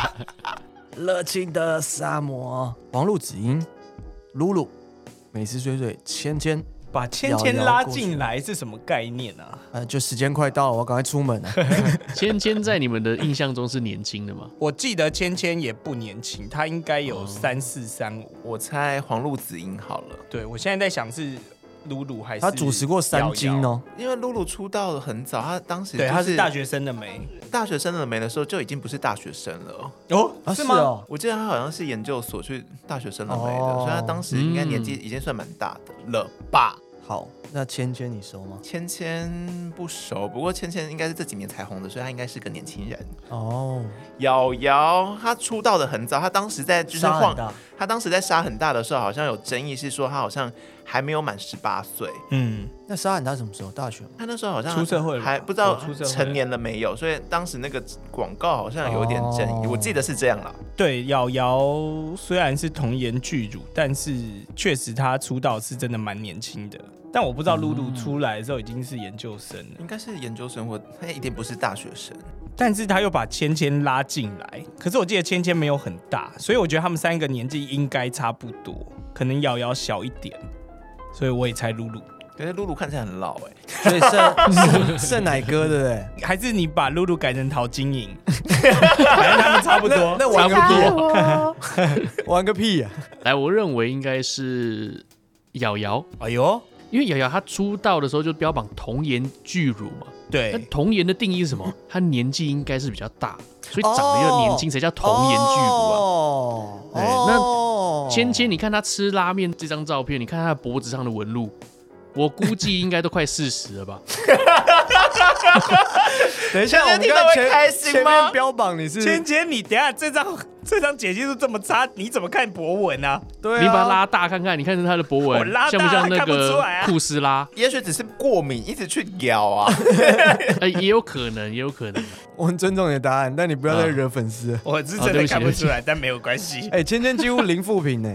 热情的沙漠，王露子英、露露、美食水水、芊芊。把芊芊拉进来是什么概念啊？呃，就时间快到了，我赶快出门啊 了。芊芊在你们的印象中是年轻的吗？我记得芊芊也不年轻，她应该哦有三四三五。我猜黄璐子英好了，对我现在在想是露露还是他主持过三金瑶瑶。哦，因为露露出道的很早，她当时对，她就是大学生的没大学生了没的时候就已经不是大学生了。哦啊是吗？哦，我记得她好像是研究所去大学生了没的，哦所以她当时应该年嗯纪已经算蛮大的了吧。好，那芊芊你熟吗？芊芊不熟，不过芊芊应该是这几年才红的，所以她应该是个年轻人。哦，瑶瑶她出道的很早，她当时在就是沙很晃，大，她当时在沙很大的时候，好像有争议是说她好像还没有满十八岁，嗯，那沙很大什么时候？大学吗？她那时候好像出社会了吧还不知道哦出社会了成年了没有，所以当时那个广告好像有点争议，哦我记得是这样啦。对，瑶瑶虽然是童颜巨乳，但是确实她出道是真的蛮年轻的。但我不知道露嗯露出来的时候已经是研究生了，应该是研究生活，她一定不是大学生。但是她又把芊芊拉进来。可是我记得芊芊没有很大，所以我觉得他们三个年纪应该差不多，可能瑶瑶小一点，所以我也猜露露。可是露露看起来很老 哎、所以 剩剩剩奶哥对不对？还是你把露露改成陶晶莹， 反正他们差不多。那玩个差不屁多啊， 玩个屁啊呀！来，我认为应该是瑶瑶，哎呦，因为瑶瑶她出道的时候就标榜童颜巨乳嘛。那对，童颜的定义是什么？她年纪应该是比较大，所以长得又年轻，谁叫童颜巨乳啊？哦，哎对那芊芊，你看她吃拉面这张照片，你看她的脖子上的纹路，我估计应该都快四十了吧？等一下，我们芊芊刚听才得会前开心前吗面标榜你是芊芊，你等一下这张这张解析度这么差，你怎么看博文啊？对啊，你把它拉大看看，你看她的脖我纹拉大像不像那看不出个来啊库斯拉？也许只是过敏，一直去咬 啊。哎，也有可能，也有可能。我很尊重你的答案，但你啊不要再惹粉丝了。我是真啊对的不起看不出来，但没有关系。哎，芊芊几乎零 负评呢。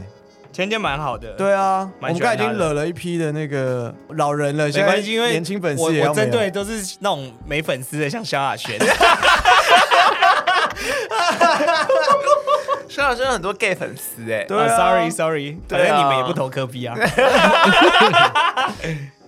芊芊蛮好的，，对啊，我蛮们喜刚才欢他已的经惹了一批的那个老人了，没现在关系，因为哎年轻粉我丝也要我没有针啊对的都是那种没粉丝的，像萧亚轩。 萧亚轩有很多 gay 粉丝哎、对啊 s o r r y Oh, sorry，对反正啊你们也不投科 比啊。等一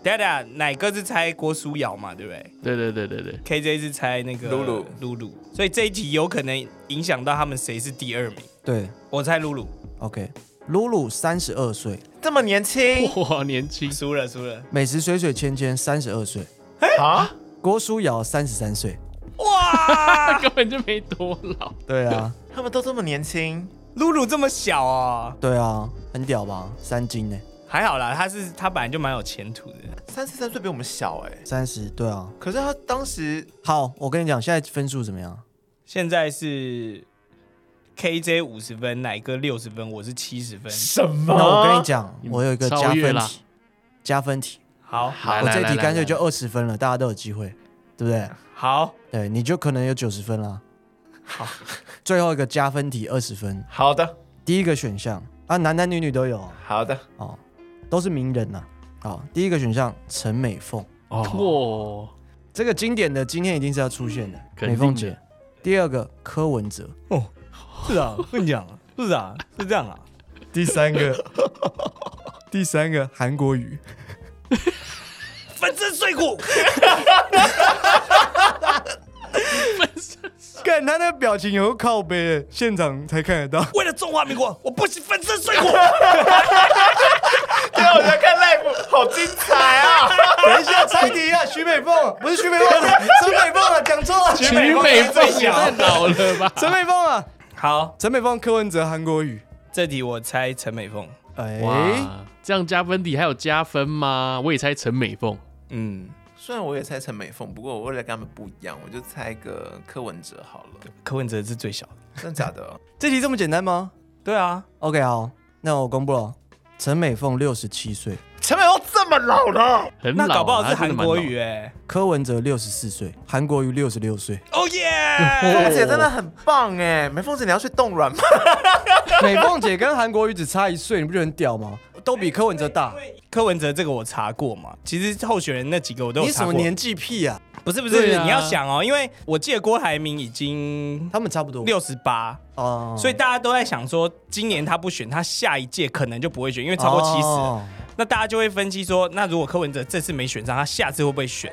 下等一下，奶哥是猜郭书瑶嘛，对不对？对对对对对， KJ 是猜那个露露露露，所以这一题有可能影响到他们谁是第二名。对我猜露露， ，OK。露露三十二岁，这么年轻哇，年轻。输了输了，美食水水芊芊三十二岁，啊？郭书瑶三十三岁。哇，根本就没多老。对啊，他们都这么年轻，露露这么小啊、对啊，很屌吧？三金呢？还好啦，他是他本来就蛮有前途的。三十三岁比我们小哎、三十，对啊。可是他当时好，我跟你讲，现在分数怎么样？现在是 KJ 五十分，奶哥六十分，我是七十分。什么那我跟你，讲，我有一个哦超加越分啦题，加分题，好来好我来这来题来干来脆就二十分了，大家都有机会，对不对？好，对，你就可能有九十 分啦。好，最后一个加分题二十分，好的第一个选项啊，男男女女都有好的，哦，都是名人呐、好，第一个选项陈美凤，哦，这个经典的今天一定是要出现的，肯定的美凤姐。第二个柯文哲， 是啊，跟你讲，是啊，是这样啊。第三个，第三个韩国瑜，粉身碎骨，看他那个表情有个靠背耶，现场才看得到。为了中华民国，我不惜粉身碎骨。 对，我在看 live，好精彩啊！ 等一下，猜题啊，徐美凤不是徐美凤， 陈美凤啊，讲错了，徐美凤也太老了 吧？陈美凤啊， 好，陈美凤、柯文哲、韩国瑜，这题我猜陈美凤。哎、哇，这样加分题还有加分吗？我也猜陈美凤。嗯，虽然我也猜陈美凤，不过我为了跟他们不一样，我就猜个柯文哲好了。柯文哲是最小的。真的假的？这题这么简单吗对啊， ？OK，好，那我公布了，陈美凤六十七岁，陈美凤这么老了，很老、那啊，搞不好他是真韩的蛮国老语哎。柯文哲六十四岁，韩国瑜六十六岁。哦耶！凤姐真的很棒哎，美凤姐你要去冻卵吗？ 美凤姐跟韩国瑜只差一岁，你不觉得很屌吗？都比柯文哲大。柯文哲这个我查过嘛，其实候选人那几个我都有你查什过。么年纪屁啊？不是不是，不对是啊你要想哦，因为我记得郭台铭已经他们差不多六十八，哦所以大家都在想说，今年他不选，他下一届可能就不会选，因为超过七十、哦那大家就会分析说，那如果柯文哲这次没选上，他下次会不会选？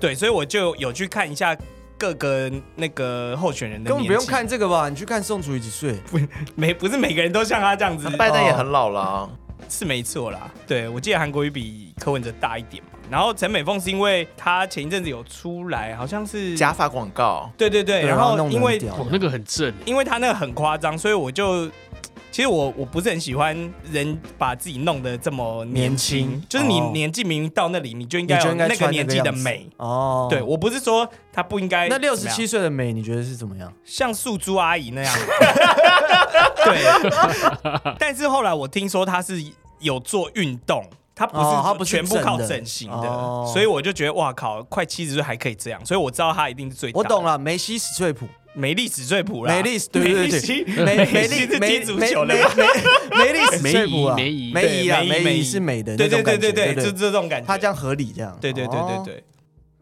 对，所以我就有去看一下各个那个候选人的根本不用年纪， 看这个吧？你去看宋楚瑜几岁？每不是每个人都像他这 样子，嗯拜登也很老了啊，是没错啦。对，我记得韩国瑜比柯文哲大一点嘛。然后陈美凤是因为她前一阵子有出来，好像是假发广告。对对对，对然然后后弄得因很为屌哦，那个很正，因为他那个很夸张，所以我就其实我我不是很喜欢人把自己弄得这么年轻，年轻就是你哦年纪明明到那里，你就应你该就有应该那穿年纪样的子美。哦。对，我不是说他不应该那怎六么十样七岁的美，你觉得是怎么样？像素珠阿姨那 样，对。但是后来我听说她是有做运动，她不是、哦她不是全部靠整的整形的，哦所以我就觉得哇靠，快七十岁还可以这样，所以我知道她一定是最大我的懂，了，梅西史翠普，美丽史最普啦，美丽史对对对西对，梅梅西丽是梅踢足梅球的梅吧。梅梅丽史翠普啊，梅姨梅梅姨啊，对梅姨梅梅姨姨是美的对对那种对感觉，对对，就对，这种感觉。他这样合理这样。对对对哦对。对，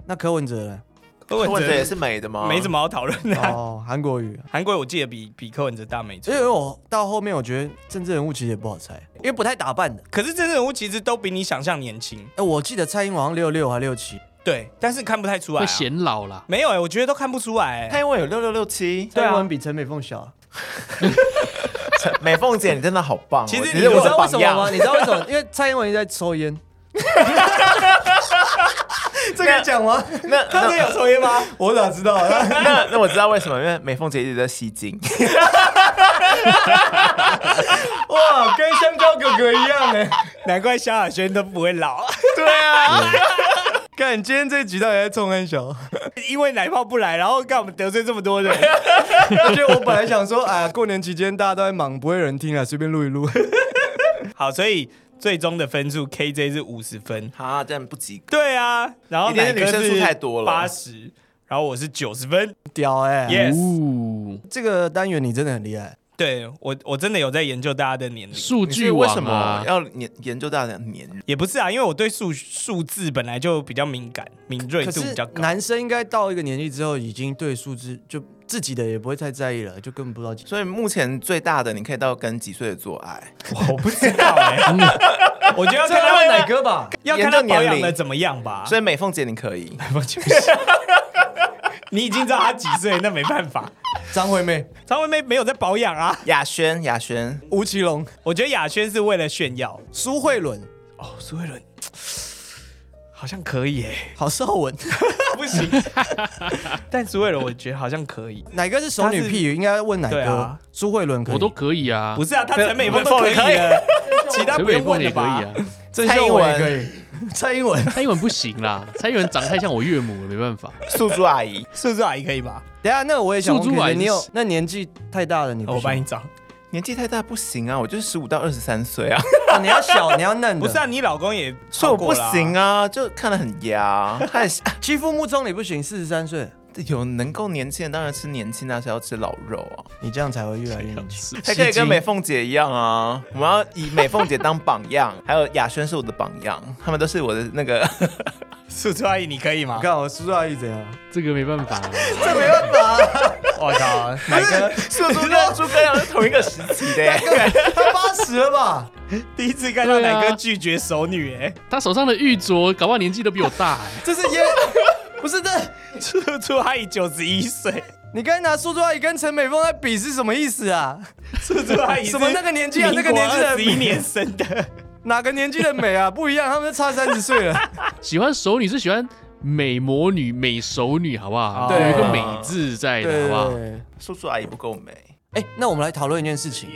那柯文哲 呢？柯柯文文哲哲也是美的吗？没什么好讨论的啊。哦，韩国瑜啊。韩国我记得比比柯文哲大没错因，为我到后面，我觉得政治人物其实也不好猜，因为不太打扮的。可是真正人物其实都比你想象年轻，哎，我记得蔡英文好像六六还六七，对，但是看不太出来会啊。显老啦。没有哎，我觉得都看不出来蔡哎。英文有六六六七，蔡英文比陈美凤小啊。陈美凤姐你真的好棒哦，其实你你是哎你我知的道为什榜么吗？样。你知道为什么？因为蔡英文一直在抽烟。 这可以讲吗？那他那真的有抽烟吗？ 我哪知道？啊那那我知道为什么，因为美凤姐一直在吸金。哇，跟香蕉哥哥一样哎！欸 难怪萧亚轩都不会老， 对啊，看今天这集到底在冲很小，因为奶泡不来，然后干我们得罪这么多人。 而且我本来想说，哎呀，过年期间大家都在忙，不会有人听啊，随便录一录。好，所以最终的分数 KJ 是五十分，啊，这样不及格。对啊，然后一定是奶哥女生是数太多了八十，然后我是九十分 屌哎、 ，yes。哦，这个单元你真的很厉害。对我，我真的有在研究大家的年龄，数你据是为网什么啊，要研研究大家的年龄？也不是啊，因为我对数数字本来就比较敏感，敏锐可度比是较高。男生应该到一个年纪之后，已经对数字就自己的也不会太在意了，就根本不知道几。所以目前最大的，你可以到跟几岁的做爱？ 我不知道哎、 我觉得要看要问他奶哥吧？要看他研究年保龄养的怎么样吧。啊所以美凤姐你可以， 你已经知道他几岁，那没办法。张惠妹、张惠妹没有在保养啊，雅轩雅轩，吴奇隆、我觉得雅轩是为了炫耀。苏慧伦、哦，苏慧伦好像可以哎、郝邵文，不 行。但苏慧伦我觉得好像可以。奶哥是熟女他屁，应该问奶对哥啊。苏慧伦可以，我都可以啊不，是啊，他陈美凤陈都美凤可以啊可以了， 其他陈不美用凤问也了可以吧？啊。郑蔡秀英文文也可以， 蔡英文。蔡英文不行啦，蔡英文长太像我岳母了，没办法。素珠阿姨，素素阿姨可以吧？等一下，那我也想素珠问 K 还 J，是你有那年纪太大了，你不哦我帮你行。找。年纪太大不行啊，我就是十五到二十三岁啊，哦你要小，你要嫩的。不是啊，你老公也所以超我不过了、行啊。啊，就看得很牙。看起来欺负木中你不行，四十三岁，啊有能够年轻的当然吃年轻的，谁要吃老肉啊？你这样才会越来越年轻。还可以跟美凤姐一样啊，我们要以美凤姐当榜样，还有雅轩是我的榜样，他们都是我的那个。素素阿姨，你可以吗你？看我叔叔阿姨怎样？这个没办法啊，这没办法， 我靠， 哪个素珠跟猪哥俩是同一个时期的耶，他八十了吧？第一次看到对啊哪个拒绝熟女、欸？他手上的玉镯，搞不好年纪都比我大哎、这是烟，不是这。素素阿姨九十一 岁，你刚才拿苏州阿姨跟陈美凤在比是什么意思啊？素素阿姨什么那个年纪啊那个年纪的十一年生的，哪个年纪的美啊？不一样，他们都差三十 岁了。喜欢熟女是喜欢美魔女、美熟女，好不好？对有一个美字在的，好不好？素珠阿姨不够美，哎，那我们来讨论一件事情。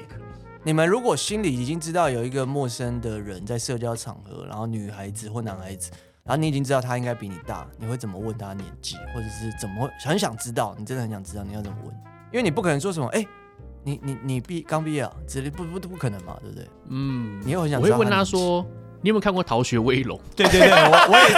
你们如果心里已经知道有一个陌生的人在社交场合，然后女孩子或男孩子，然后你已经知道他应该比你大，你会怎么问他年纪，或者是怎么会很想知道？你真的很想知道，你要怎么问？因为你不可能说什么哎。你你你毕刚毕业啊，直立不不不可能嘛，对不对？嗯，你又很想我会知道问他他年纪，说，你有没有看过《逃学威龙》？ 对对对，我我也是，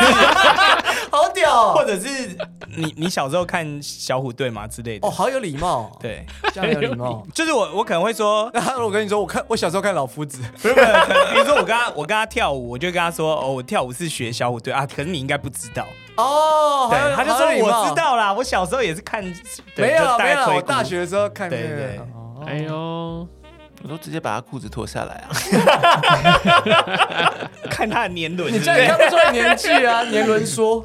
好屌或哦，者是你你小时候看小虎队嘛之类的哦，，好有礼貌哦，对，这样有礼 貌。就是我我可能会说，那我跟你说，我看我小时候看老夫子，不是不是，可能比如说我跟他我跟他跳舞，我就跟他说哦，我跳舞是学小虎队啊，可是你应该不知道，哎哦，好对，有他就好有说礼貌我知道啦，我小时候也是看，对没有就啦大没概有啦，推我估大学的时候看那对个对，哦哎呦，我都直接把他裤子脱下来啊！看他的年轮，你对这样也看不出来年纪 啊，年轮说，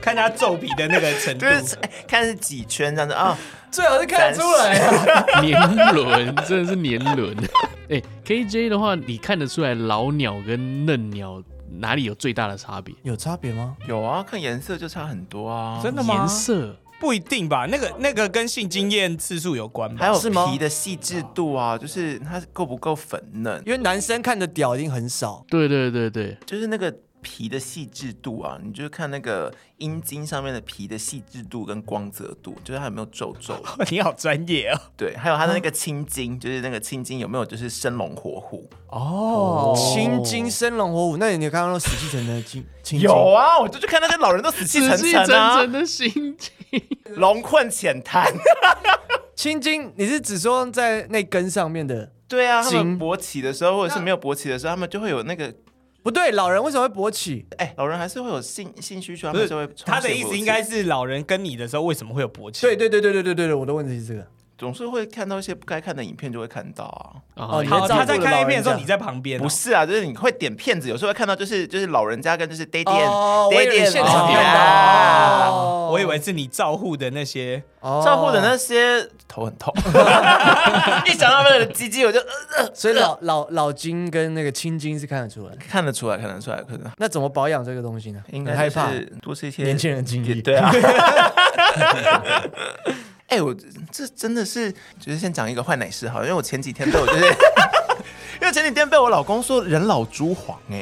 看他皱皮的那个程度就。是哎 看是几圈这样子啊，最好是看得出来啊。年轮真的是年轮。哎、k j 的话，你看得出来老鸟跟嫩鸟哪里有最大的差别？有差别吗？有啊，看颜色就差很多啊，真的吗？颜色，不一定吧，那个那个跟性经验次数有关还吧？有是吗皮的细致度啊，就是它够不够粉嫩，因为男生看的屌一定很少，对对对对，就是那个皮的细致度啊，你就看那个阴茎上面的皮的细致度跟光泽度，就是它有没有皱皱， 你好专业哦。对，还有它的那个青筋，就是那个青筋有没有就是生龙活虎？哦青筋生龙活虎。那你有看到死气沉沉的青青筋？有啊，我就去看那些老人都死气仔沉细沉啊，的心情。龙困浅滩。青筋，你是指说在那根上面的？对啊，他筋们勃起的时候，或者是没有勃起的时候，他们就会有那个，不对，老人为什么会勃起？哎、老人还是会有性性需求，他 不是们还是会。他的意思应该是老人跟你的时候为什么会有勃起？对对对对对对对对，我的问题是这个。总是会看到一些不该看的影片，就会看到啊。啊你也在好，照顾他在看 A 老人片的时候家你在旁边哦，不是啊，就是你会点骗子，有时候会看到就是就是老人家跟就是爹爹哦，我以爹为爹你现场看看啊哦到，哦我以为是你照护的那些。照顾的那，些 头很痛，一想到他们的鸡鸡我就、呃呃所以老老老筋跟那个青筋是看得出来的。看得出来，看得出来，可能那怎么保养这个东西呢？应该很害就怕是多是一些年轻人的经也历。对啊。哎、我这真的是，就是先讲一个坏奶事好了，因为我前几天被我就是， 因为前几天被我老公说人老珠黄哎、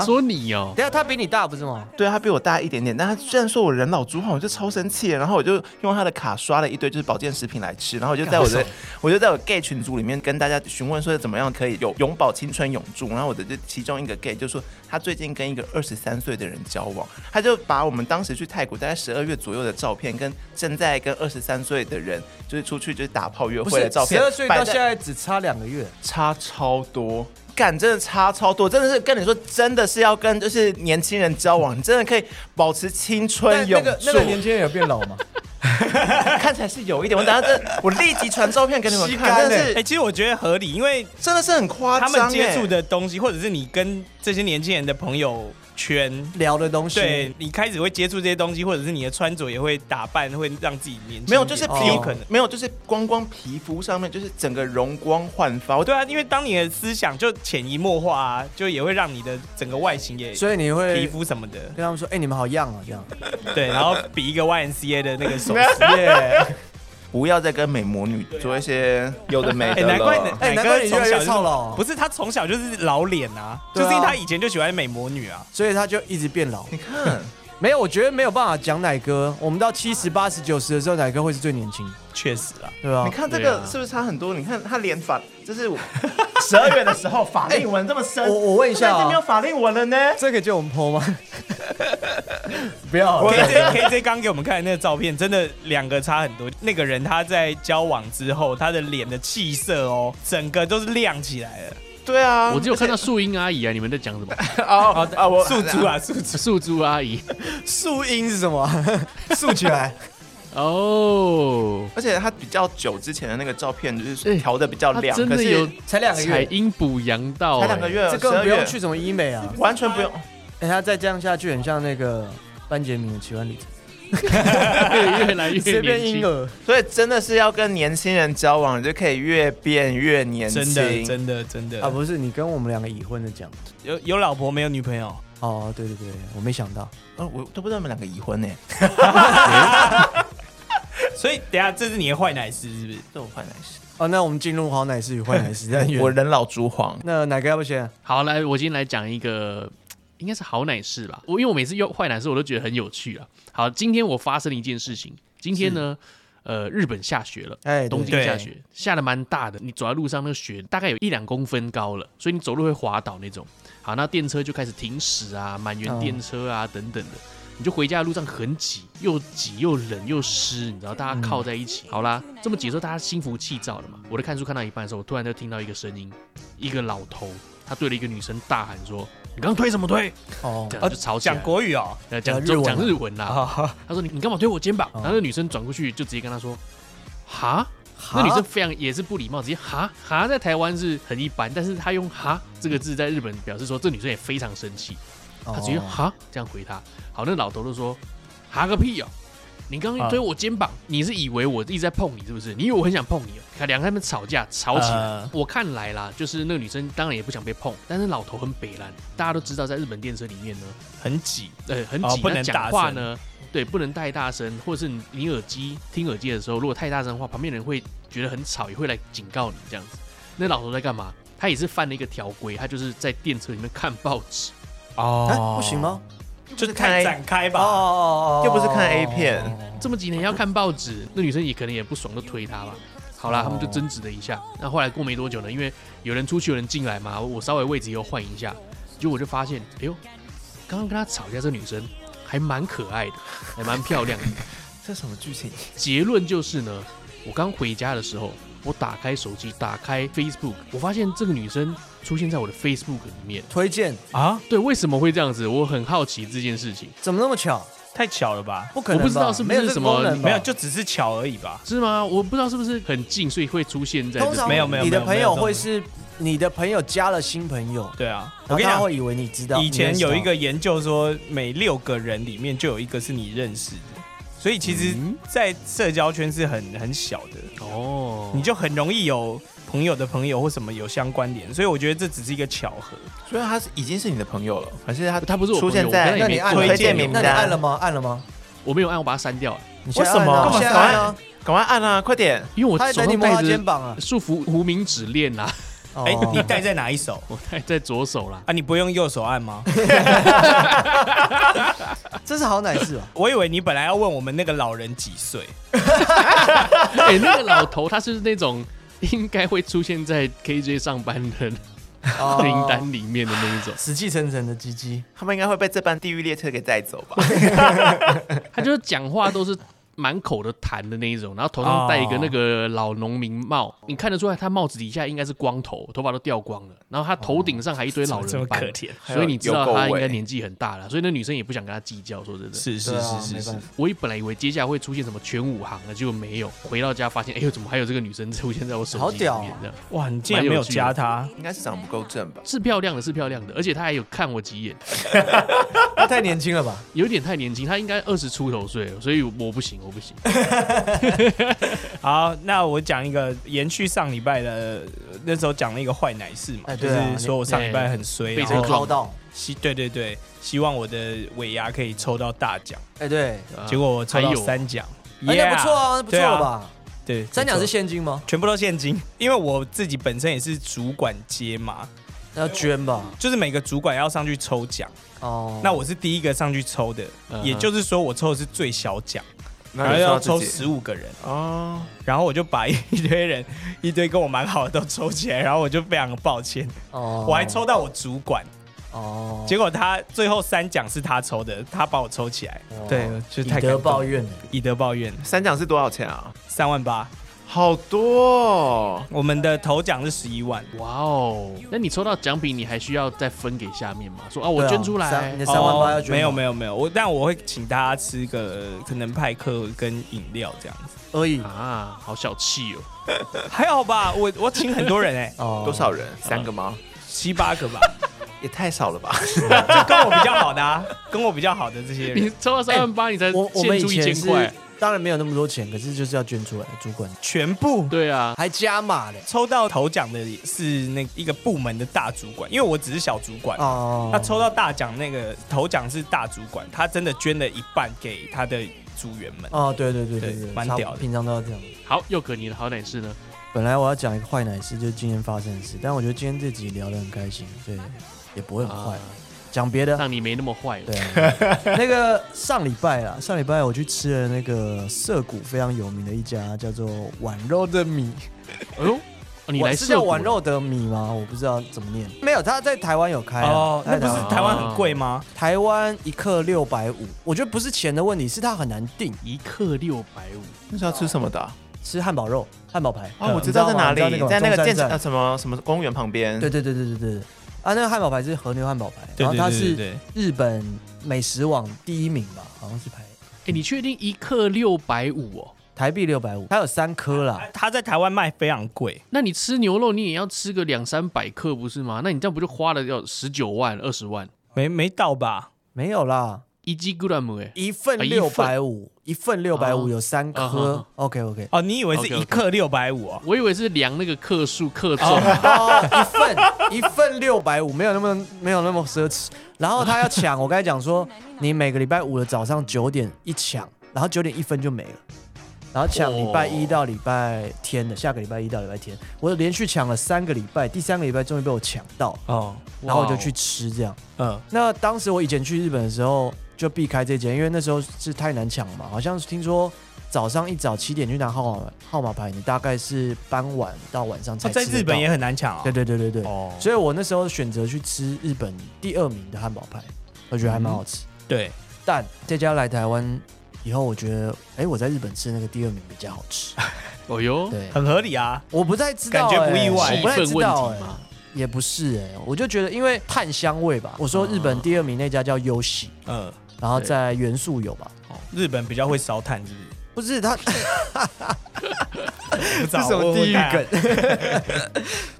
啊说你哦、等一下他比你大不是吗？对他比我大一点点，但他居然说我人老珠黄，我就超生气，然后我就用他的卡刷了一堆就是保健食品来吃，然后我就在我的我就在我 gay 群组里面跟大家询问说怎么样可以有永葆青春永驻，然后我的就其中一个 gay 就说他最近跟一个二十三岁的人交往，他就把我们当时去泰国大概十二月左右的照片跟正在跟二十三岁的人就是出去就是打炮约不会的是，照十片，二岁摆到在现在只差两个月，差超多。干真的差超多，真的是跟你说，真的是要跟就是年轻人交往，你真的可以保持青春但永那驻。个那个 年轻人有变老吗？看起来是有一点，我等下这我立即传照片给你们吸看，干欸真的哎、是其实我觉得合理，因为真的是很夸他张、们欸。接触的东西，或者是你跟这些年轻人的朋友圈。聊的东西，对你开始会接触这些东西，或者是你的穿着也会打扮，会让自己年轻一点。没有，就是皮、哦有可能。没有，就是光光皮肤上面就是整个容光焕发。我对啊，因为当你的思想就潜移默化啊，就也会让你的整个外形也所以你皮会肤什么的，跟他们说，哎，你们好样啊，这样。对，然后比一个 YNCA 的那个 手势。耶，不要再跟美魔女做一 些有的没哎、的了。难怪你，哎奶难怪你哥从越小来越就操劳不是他从小就是老脸啊，对啊就是因为他以前就喜欢美魔女啊。所以他就一直变老。你看， 没有，我觉得没有办法讲奶哥。我们到七十八、十九十的时候，奶哥会是最年轻，确实啊，对吧你？看这对个啊是不是差很多？你看他连 法，就是我十二月的时候法令纹这么深。我我问一下现在已经没有啊，法令纹了呢。这个就我们剖吗？ 不要，我 KJ KJ 刚给我们看的那个照片，真的两个差很多。那个人他在交往之后，他的脸的气色哦，整个都是亮起来了。对啊，我只有看到素英阿姨啊，你们在讲什么？ 哦啊，我 素珠啊，素珠，素珠阿姨树荫是什么？ 竖起来，哦，而且他比较久之前的那个照片就是哎调的比较她亮，真可的是有才两采，阴补阳道、才哎两个，月，这根本12不月用去，什么医美啊。完全不用。 哎，他再这样下去，很像那个班杰明的奇幻旅程，哎越来越 随年便婴轻。儿。所以真的是要跟年轻人交往，你就可以越变越年轻。真的，真的，真的啊，不是你跟我们两个已婚的讲有有老婆没有女朋友？哦，对对对，我没想到，呃我都不知道你们两个已婚呢，所以等一下这是你的坏奶师是不是？这我换来是，哦，那我们进入好奶师与坏奶师单元。我人老珠黄。那奶哥要不先？好，来，我今天来讲一个，应该是好奶事吧。我因为我每次用坏奶事，我都觉得很有趣啊。好，今天我发生了一件事情。今天呢，呃日本下雪了，哎对东京下雪，下的蛮大的，你走在路上那个雪大概有一两公分高了，所以你走路会滑倒那种。好，那电车就开始停驶啊，满员电车啊、等等的。你就回家的路上很挤，又挤又冷又湿，你知道，大家靠在一起。好啦，这么挤的时候，大家心浮气躁了嘛。我在看书看到一半的时候，我突然就听到一个声音，一个老头，他对着一个女生大喊说：“你刚刚推什么推？”哦这，样哦就吵起来讲了。国语哦，呃，讲呃日文讲日文啦。啊，他说你你干嘛推我肩膀？哦然后那女生转过去就直接跟他说，哈。那女生非常也是不礼貌，直接哈哈在台湾是很一般，但是她用哈这个字在日本表示说这女生也非常生气，她直接哦哈这样回他。好，那老头就说哈个屁哦、你刚啊刚推我肩膀，你是以为我一直在碰你是不是？你以为我很想碰你哦、看两个人在那边吵架吵起来，呃我看来啦，就是那个女生当然也不想被碰，但是老头很北蓝，大家都知道在日本电车里面呢，很挤，呃，很哦紧，不那能讲大话声呢，对，不能太大声，或者是你你耳机听耳机的时候，如果太大声的话，旁边人会觉得很吵，也会来警告你这样子。那老头在干嘛？他也是犯了一个条规，他就是在电车里面看报纸。哎哦不行？吗？就就是看太 A- 展开哦吧，哦哦，又不是看 A 片，这么几年要看报纸， 那女生也可能也不爽，就推他吧。好哦啦，他们就争执了一下。那后来过没多久呢，因为有人出去，有人进来嘛，我稍微位置又换一下，结果我就发现，哎呦，刚刚跟他吵架这女生还蛮可 爱的，还蛮漂亮的。这什么剧情？结论就是呢，我刚回家的时候，我打开手机，打开 Facebook，我发现这个女生出现在我的 Facebook 里面。推荐，啊，对，为什么会这样子？我很好奇这件事情，怎么那么巧？太巧了吧？不可能吧，我不知道是不是没有这个什么功能吧没有，就只是巧而已吧。是吗？我不知道是不是很近，所以会出现在通这常没有没有你的没有朋没有友这种会是你的朋友加了新朋友，对啊，然我后跟你他讲，会以为你知道。以前你认识有他一个研究说，每六个人里面就有一个是你认识的，所以其实，嗯在社交圈是很很小的，哦，你就很容易有朋友的朋友或什么有相关联，所以我觉得这只是一个巧合。所以他是已经是你的朋友了，还是他他不是我出朋友现我跟在他那也你没按做了推荐名那单你按了吗？按了吗？我没有按，我把它删掉了，你现在为什么按啊现在按啊，赶快按啊，快点！因为我他还手等你上摸他戴肩着膀啊！束缚无名指链啦，哦哎、你戴在哪一手 我戴在左手啦。啊？你不用右手按 吗？这是好奶事哦吧？我以为你本来要问我们那个老人几岁，哎，那个老头他是那种应该会出现在 KJ 上班的 哦名单里面的那一种。死气沉沉的鸡鸡，他们应该会被这班地狱列车给带走 吧？他就是讲话都是满口的痰的那一种，然后头上戴一个那个老农民帽，你看得出来他帽子底下应该是光头，头发都掉光了，然后他头顶上还一堆哦老这人么斑可，怜。所以你知道还有他油垢应味该年纪很大了，所以那女生也不想跟他计较。说真的，是是对啊是是没是办法，我一本来以为接下来会出现什么全武行的，结果没有。回到家发现，哎呦，怎么还有这个女生出现在我手好机里屌面哦？这样哇，你竟然没有加他，应该是长得不够正吧？是漂亮的，是漂亮的，而且她还有看我几眼，他太年轻了 吧？有点太年轻，她应该二十出头岁了，所以我不行，我不 行。好，那我讲一个延续上礼拜的，呃那时候讲了一个坏奶事嘛，哎就对啊是说我上礼拜很衰，被然车后撞靠哦到，希对对对，希望我的尾牙可以抽到大奖，哎对，啊结果我抽还到有三奖，哎那 Yeah，不错啊，那不错了吧？对啊？对，三奖没是错现金吗？全部都现金，因为我自己本身也是主管接嘛，要捐吧？就是每个主管要上去抽奖，哦，那我是第一个上去抽的，嗯哼也就是说我抽的是最小奖，然然后要抽十五个人，哦，然后我就把一堆人一堆跟我蛮好的都抽起来，然后我就非常抱歉，哦我还抽到我主管，哦，结果他最后三奖是他抽的，他把我抽起来，哇对，就是太以感德动报怨了。以德报怨，三奖是多少钱啊？三万八，好多、哦，我们的头奖是十一万。哇哦！那你抽到奖品，你还需要再分给下面吗？说啊，我对啊捐出三你来的。三万八要哦捐吗没有没有没有，我但我会请大家吃个呃可能派克跟饮料这样子，而已啊，好小 气哦！还好吧？我我请很多人哎、哦，多少人？三个吗？ 七八个吧，嗯也太少 了吧？就跟我比较好的、啊，跟我比较好的这些你人，抽到三万八，你才我我献们以出一前千是块，当然没有那么多钱，可是就是要捐出来，主管全部对啊，还加码嘞。抽到头奖的是那一个部门的大主管，因为我只是小主管。哦，他抽到大奖，那个头奖是大主管，他真的捐了一半给他的组员们。哦，对对对对对对，蛮差不屌的平常都要这样。好，又可你的好歹是呢，本来我要讲一个坏奶事，就是今天发生的事，但我觉得今天这集聊得很开心，对，也不会很坏啊。讲别的。让你没那么坏了。对，啊 那个上礼拜啦，上礼拜我去吃了那个涩谷非常有名的一家叫做碗肉的米，哎呦，哦你我来是叫涩谷碗了肉的米吗？我不知道怎么念。没有，他在台湾有开啊哦，他那在不是湾台湾很贵吗？台湾一克六百五，我觉得不是钱的问题，是它很难定。一克六百五，那是要吃什么的啊？吃汉堡肉、汉堡排啊，我你知道在吗哪你知道里，在那那个建建呃什么什么公园旁边。对对对对对对，对啊，那个汉堡排是和牛汉堡排，然后它是对，日本美食网第一名吧，好像是排哎，你确定一克六百五哦？台币六百五，它有三颗啊啦。他在台湾卖非常贵，那你吃牛肉，你也要吃个两三百克，不是吗？那你这样不就花了要十九万、二十万没没到吧？没有啦，一 g gram 哎、一份啊一六份百五，一份六百哦五有三啊哈颗哈。 OK OK，哦，你以为是 OK，OK 一克六百五哦？我以为是量那个克数克重， 哦，一份一份六百五，没有那么没有那么奢侈。然后他要抢，我刚才讲说，你每个礼拜五的早上九点一抢，然后九点一分就没了，然后抢礼拜一到礼拜天的，下个礼拜一到礼拜天，我连续抢了三个礼拜，第三个礼拜终于被我抢到，哦，然后我就哇哦去吃这样。嗯，那当时我以前去日本的时候就避开这间，因为那时候是太难抢了嘛，好像是听说。早上一早七点去拿号码号码牌，你大概是傍晚到晚上才哦在吃得日本到也很难抢对哦。对对对对，哦，所以我那时候选择去吃日本第二名的汉堡排，我觉得还蛮好吃。对，但这家来台湾以后，我觉得，哎、我在日本吃那个第二名比较好 吃。哦哟，对，很合理啊。我不太知感道、觉不诶意外我气不太氛知道、问诶题嘛。也不是哎、诶我就觉得因为炭香味吧。我说日本第二名那家叫优喜，嗯，然后在元素有吧？哦日本比较会烧炭，是不是？不是它，不知这道 是什么问问地狱看啊梗？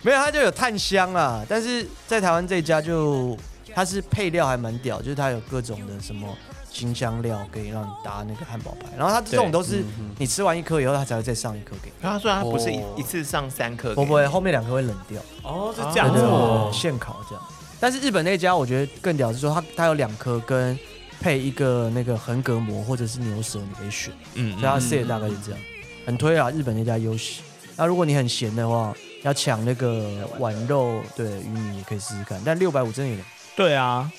没有，它就有炭香啊。但是在台湾这家就它是配料还蛮屌，就是它有各种的什么新香料可以让你搭那个汉堡排，然后它这种对都是你吃完一颗以后，它才会再上一颗给你。啊，所以它不是一哦一次上三颗给不你，不会，后面两颗会冷掉，哦，是这对样对子对哦对，现烤这样。但是日本那家我觉得更屌是说它它有两颗跟配一个那个横膈膜或者是牛舌，你可以选。嗯所以它 set 大概是这样，很推啊，日本那家优喜。那如果你很闲的话，要抢那个碗肉，对鱼米也可以试试看，但六百五真的有点对啊，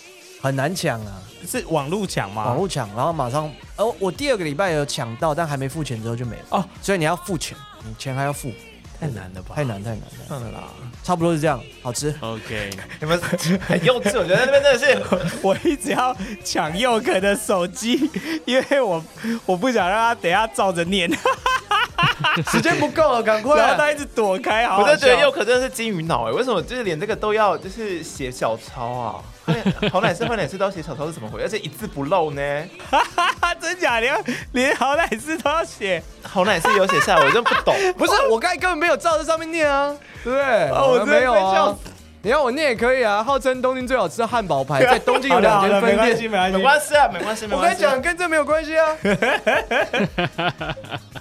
很难抢啊，是网路抢吗？网络抢，然后马上，哦，我第二个礼拜有抢到，但还没付钱之后就没了哦，所以你要付钱，你钱还要付，太难了吧？太难太难太难，算了啦。差不多是这样，好吃。 OK，你们 很幼稚，我觉得那边真的是， 我一直要抢佑可的手机，因为我我不想让他等一下照着念，时间不啊 够了，赶 然后快。他一直躲开，好我好就觉得笑 佑可真的是金鱼脑哎，为什么就是连这个都要就是写小抄啊？好奶是坏奶是都要写小抄是怎么回事？而且一字不漏呢？真假连连好歹是都要写，好奶是有写下来，我真不 懂。不是，我刚才根本没有照这上面念啊，对不对？哦我真的没有被笑啊死。你要我念也可以啊，号称东京最好吃的汉堡排，在东京有两好间了好了分没关店系，没关系，没关系啊，没关系，没我跟关你系。讲，跟这没有关 系啊。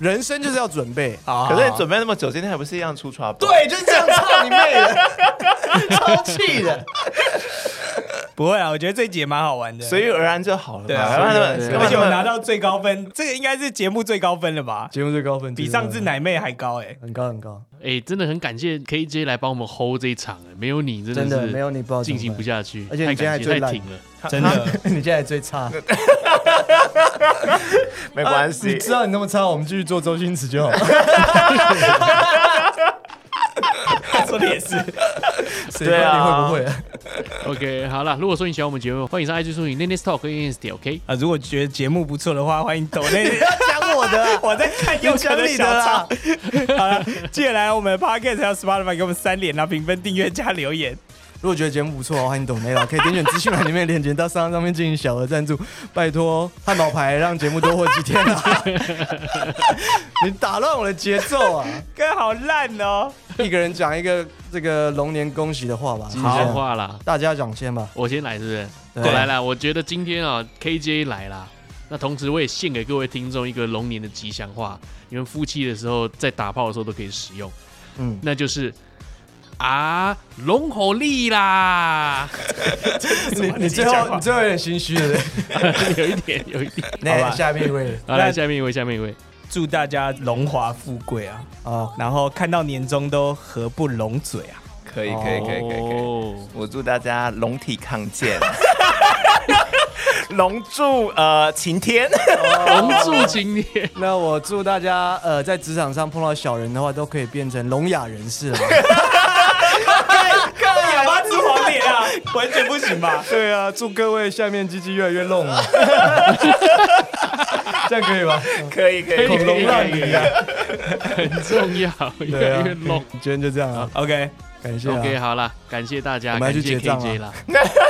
人生就是要准备啊。可是你准备那么久，今天还不是一样出 trouble？对，就是这样，操你妹的， 超气的。不会啊，我觉得这集也蛮好玩的，随遇而安就好了嘛。对啊干嘛那么随遇而而安干嘛且那我么拿到最高分，这个应该是节目最高分了吧？节目最高分，比上次奶妹还高哎、很高很高，哎、真的很感谢 KJ 来帮我们 hold 这一场、哎，没有你真真是的没有你不知道怎进么行不办。下去，而且你今天还太感谢最烂太挺了，真的。啊 你现在最差，没关啊你系。知道你那么差，我们继续做周星驰就好。 他说的也是， 谁知啊道你会不会？ OK，好了，如果说你喜欢我们节目，欢迎上 IG 搜寻 n a n e s Talk 跟 n a n e s t OK。 啊，如果觉得节目不错的话，欢迎抖内。，讲我的 我在看又可的小抄。 好了，接下来我们的 podcast 还有 Spotify 给我们三连啊，评分、订阅加留言。 如果觉得节目不错，欢迎懂内了，可以点选资讯栏里面的链接到商上面进行小额赞助，拜托汉堡牌让节目多活几天啊！ 你打乱我的节奏啊！哥好烂哦！ 一个人讲一个这个龙年恭喜的话吧。吉祥，话啦，大家讲先吧。我先来是不是？我对来啦，我觉得今天啊，KJ 来啦，那同时我也献给各位听众一个龙年的吉祥话，你们夫妻的时候在打炮的时候都可以使用，嗯，那就是啊，龙火力 啦，你你最讲后话你最后有点心虚 了。有一点，有一点。那吧下面一位 好，来下面一位，下面一位，祝大家荣华富贵啊，啊，然后看到年终都合 不拢嘴啊！可以可以可以可以可以，哦我祝大家龙体抗健。 龙柱呃晴天， 龙柱今天 那我祝大家呃，在职场上碰到小人的话，都可以变成聋哑人 士了。哑巴吃黄连啊，完全不行吧？对啊，祝各位下面鸡鸡越来越弄 啊，这样可以吧？可以可以，可以恐龙让梨啊，很重要，越对来啊越弄。今天就这样啊， OK，感谢啊。 OK，好啦，感谢大家，我们要感去谢结账啊 KJ 啦了，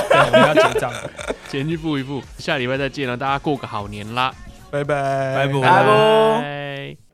对我们要结账了，前一步一步，下礼拜再见了，大家过个好年啦，拜拜，拜拜拜拜拜。